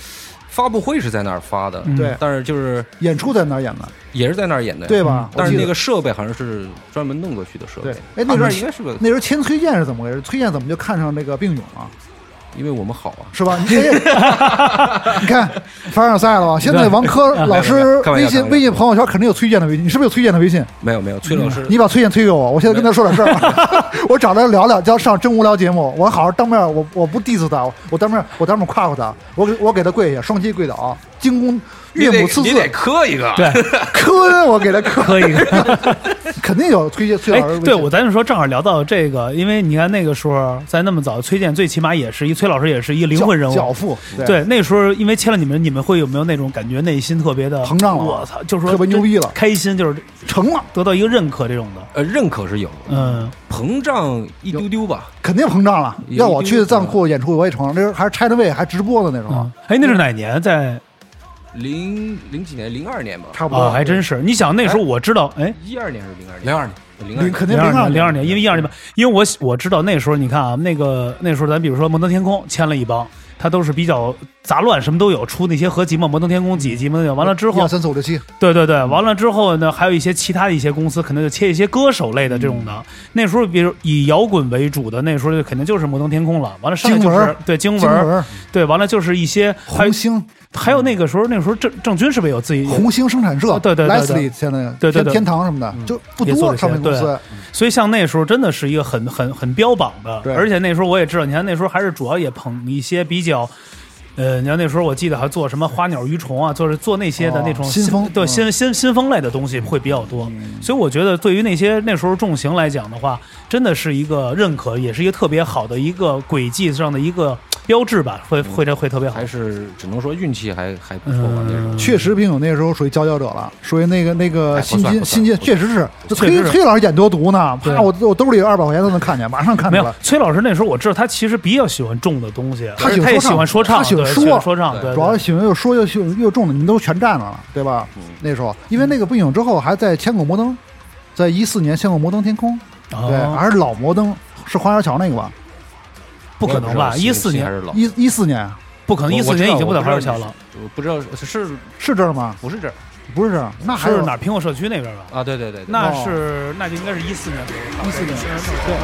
Speaker 3: 发布会是在那儿发
Speaker 1: 嗯
Speaker 3: 的，
Speaker 2: 对
Speaker 3: 但是就是
Speaker 2: 演出在哪儿演的？
Speaker 3: 也是在那儿演的，
Speaker 2: 对吧我
Speaker 3: 但是
Speaker 2: 记得
Speaker 3: 那个设备好像是专门弄过去的设
Speaker 2: 对，
Speaker 3: 备
Speaker 2: 哎那
Speaker 3: 边
Speaker 2: 边
Speaker 3: 应该是 (laughs) 个，
Speaker 2: 那时候签崔健是怎么回事？崔健怎么就看上这个病勇了？
Speaker 3: 因为我们好啊。
Speaker 2: 是吧？你
Speaker 3: (laughs)
Speaker 2: 哎你看凡尔赛了吧？现在王珂老师
Speaker 3: 开玩笑开玩笑
Speaker 2: 微信微信朋友圈肯定有崔健的微信，你是不是有崔健的微信？
Speaker 3: 没有没有，崔老
Speaker 1: 嗯
Speaker 3: 师，
Speaker 2: 你把崔健推给我，我现在跟他说点事
Speaker 3: (laughs)
Speaker 2: 儿，我找他聊聊，叫上真无聊节目，我好好当面，我我不 diss 他，我我当面我当面夸夸他，我给我给他跪下，双膝跪倒，精工岳母刺
Speaker 3: 你
Speaker 2: 字，
Speaker 3: 得磕一个，
Speaker 1: 对，
Speaker 2: 磕我给他磕，
Speaker 1: 可以。
Speaker 2: 肯定有崔健崔 (laughs)
Speaker 1: 哎
Speaker 2: 老师的，微信。
Speaker 1: 对我咱就说，正好聊到这个，因为你看那个时候，在那么早，崔健最起码也是一崔老师，也是一灵魂人物，
Speaker 2: 脚父，
Speaker 1: 对，那时候因为签了你们，你们会有没有那种感觉，内心特别的
Speaker 2: 膨胀了
Speaker 1: 我操，就是说
Speaker 2: 特别牛逼了
Speaker 1: 开心，就是
Speaker 2: 成了，
Speaker 1: 得到一个认可这种的。
Speaker 3: 呃，认可是有，
Speaker 1: 嗯，
Speaker 3: 膨胀一丢丢吧，
Speaker 2: 肯定膨胀了。
Speaker 3: 有
Speaker 2: 要我
Speaker 3: 一定
Speaker 2: 去
Speaker 3: 的
Speaker 2: 藏库演出，我也成了，那时候还是拆着位，还直播的那时啊候
Speaker 1: 嗯，哎，那是哪年？在
Speaker 3: 零零几年，零二年吧，
Speaker 2: 差不
Speaker 1: 哦，
Speaker 2: 多
Speaker 1: 还真是。你想那时候我知道，哎，
Speaker 3: 一二年还是零二年？
Speaker 4: 零二年，
Speaker 3: 零二
Speaker 2: 零
Speaker 3: 年，
Speaker 2: 肯定
Speaker 1: 零二
Speaker 2: 二
Speaker 1: 年，零二年，因为一二年吧，因为我喜我知道那时候，你看啊，那个那时候咱比如说摩登天空签了一帮，他都是比较杂乱，什么都有，出那些合集嘛，摩登天空几集嘛，完了之
Speaker 2: 一
Speaker 1: 后
Speaker 2: 二，三四五六七，
Speaker 1: 对对对，完了之后呢，还有一些其他的一些公司可能就切一些歌手类的这种的。
Speaker 2: 嗯
Speaker 1: 那时候，比如以摇滚为主的，那时候就肯定就是摩登天空了。完了，上来就
Speaker 2: 经
Speaker 1: 是
Speaker 2: 文
Speaker 1: 对经文，
Speaker 2: 金文、
Speaker 1: 对，完了就是一些还有
Speaker 2: 红星、
Speaker 1: 还有那个时候，那时候郑郑钧是不是有自己？
Speaker 2: 红星生产社、
Speaker 1: 哦对对对对
Speaker 2: Leslie 现在
Speaker 1: 对对
Speaker 2: 天
Speaker 1: 对嗯
Speaker 2: 天堂什么的就不
Speaker 1: 也做这些
Speaker 2: 多，
Speaker 1: 嗯
Speaker 2: 唱片公司
Speaker 1: 所以像那时候真的是一个很很很标榜的，
Speaker 2: 对
Speaker 1: 而且那时候我也知道，你看那时候还是主要也捧一些比较。呃，你看那时候我记得还做什么花鸟鱼虫啊，就是做那些的
Speaker 2: 哦
Speaker 1: 那种
Speaker 2: 新风
Speaker 1: 对
Speaker 2: 嗯
Speaker 1: 新新新风类的东西会比较多，所以我觉得对于那些那时候重型来讲的话，真的是一个认可，也是一个特别好的一个轨迹上的一个标志吧，
Speaker 2: 嗯
Speaker 1: 会会这会特别好
Speaker 3: 还。是只能说运气还还不错吧，那时候
Speaker 1: 嗯，
Speaker 2: 确实，冰勇那时候属于佼佼者了，属于那个那个
Speaker 3: 哎不
Speaker 2: 新
Speaker 3: 算
Speaker 2: 进
Speaker 3: 不算
Speaker 2: 新进，
Speaker 3: 不
Speaker 2: 确实是。这
Speaker 1: 确
Speaker 2: 崔
Speaker 1: 实是
Speaker 2: 崔老师眼多毒呢，
Speaker 1: 对
Speaker 2: 啪，我我兜里二百块钱都能看见，马上看
Speaker 1: 没
Speaker 2: 见
Speaker 1: 有
Speaker 2: 了。
Speaker 1: 崔老师那时候我知道他其实比较喜欢重的东西，
Speaker 2: 他
Speaker 1: 而且他也喜
Speaker 2: 喜欢
Speaker 1: 欢
Speaker 2: 说
Speaker 1: 说
Speaker 2: 唱
Speaker 1: 唱，
Speaker 2: 他喜欢
Speaker 1: 对
Speaker 2: 说
Speaker 1: 说唱，
Speaker 3: 对
Speaker 1: 对，
Speaker 2: 主要是喜欢又说又又又重的，你们都全占着了，对吧？那时候，因为那个冰勇之后还在签过摩登，在一四年签过摩登天空，
Speaker 1: 对
Speaker 2: 对，还是老摩登，是花园桥那个吧？
Speaker 1: 不可能吧？
Speaker 3: 我也
Speaker 1: 一
Speaker 3: 不知道
Speaker 1: 四
Speaker 3: 新还
Speaker 1: 年
Speaker 3: 是老，
Speaker 2: 一一四年
Speaker 1: 不可能，一
Speaker 3: 我
Speaker 1: 四年已经不在
Speaker 3: 我知道
Speaker 1: 花园桥了，
Speaker 3: 我不知道是
Speaker 2: 是这儿吗？
Speaker 3: 不是这儿
Speaker 2: 不是这儿，那还
Speaker 1: 是
Speaker 2: 有
Speaker 1: 哪儿苹果社区那边吧？哦
Speaker 3: 啊？对对对，对
Speaker 1: 那是那就应该是一四年左右，一四年。
Speaker 2: 对，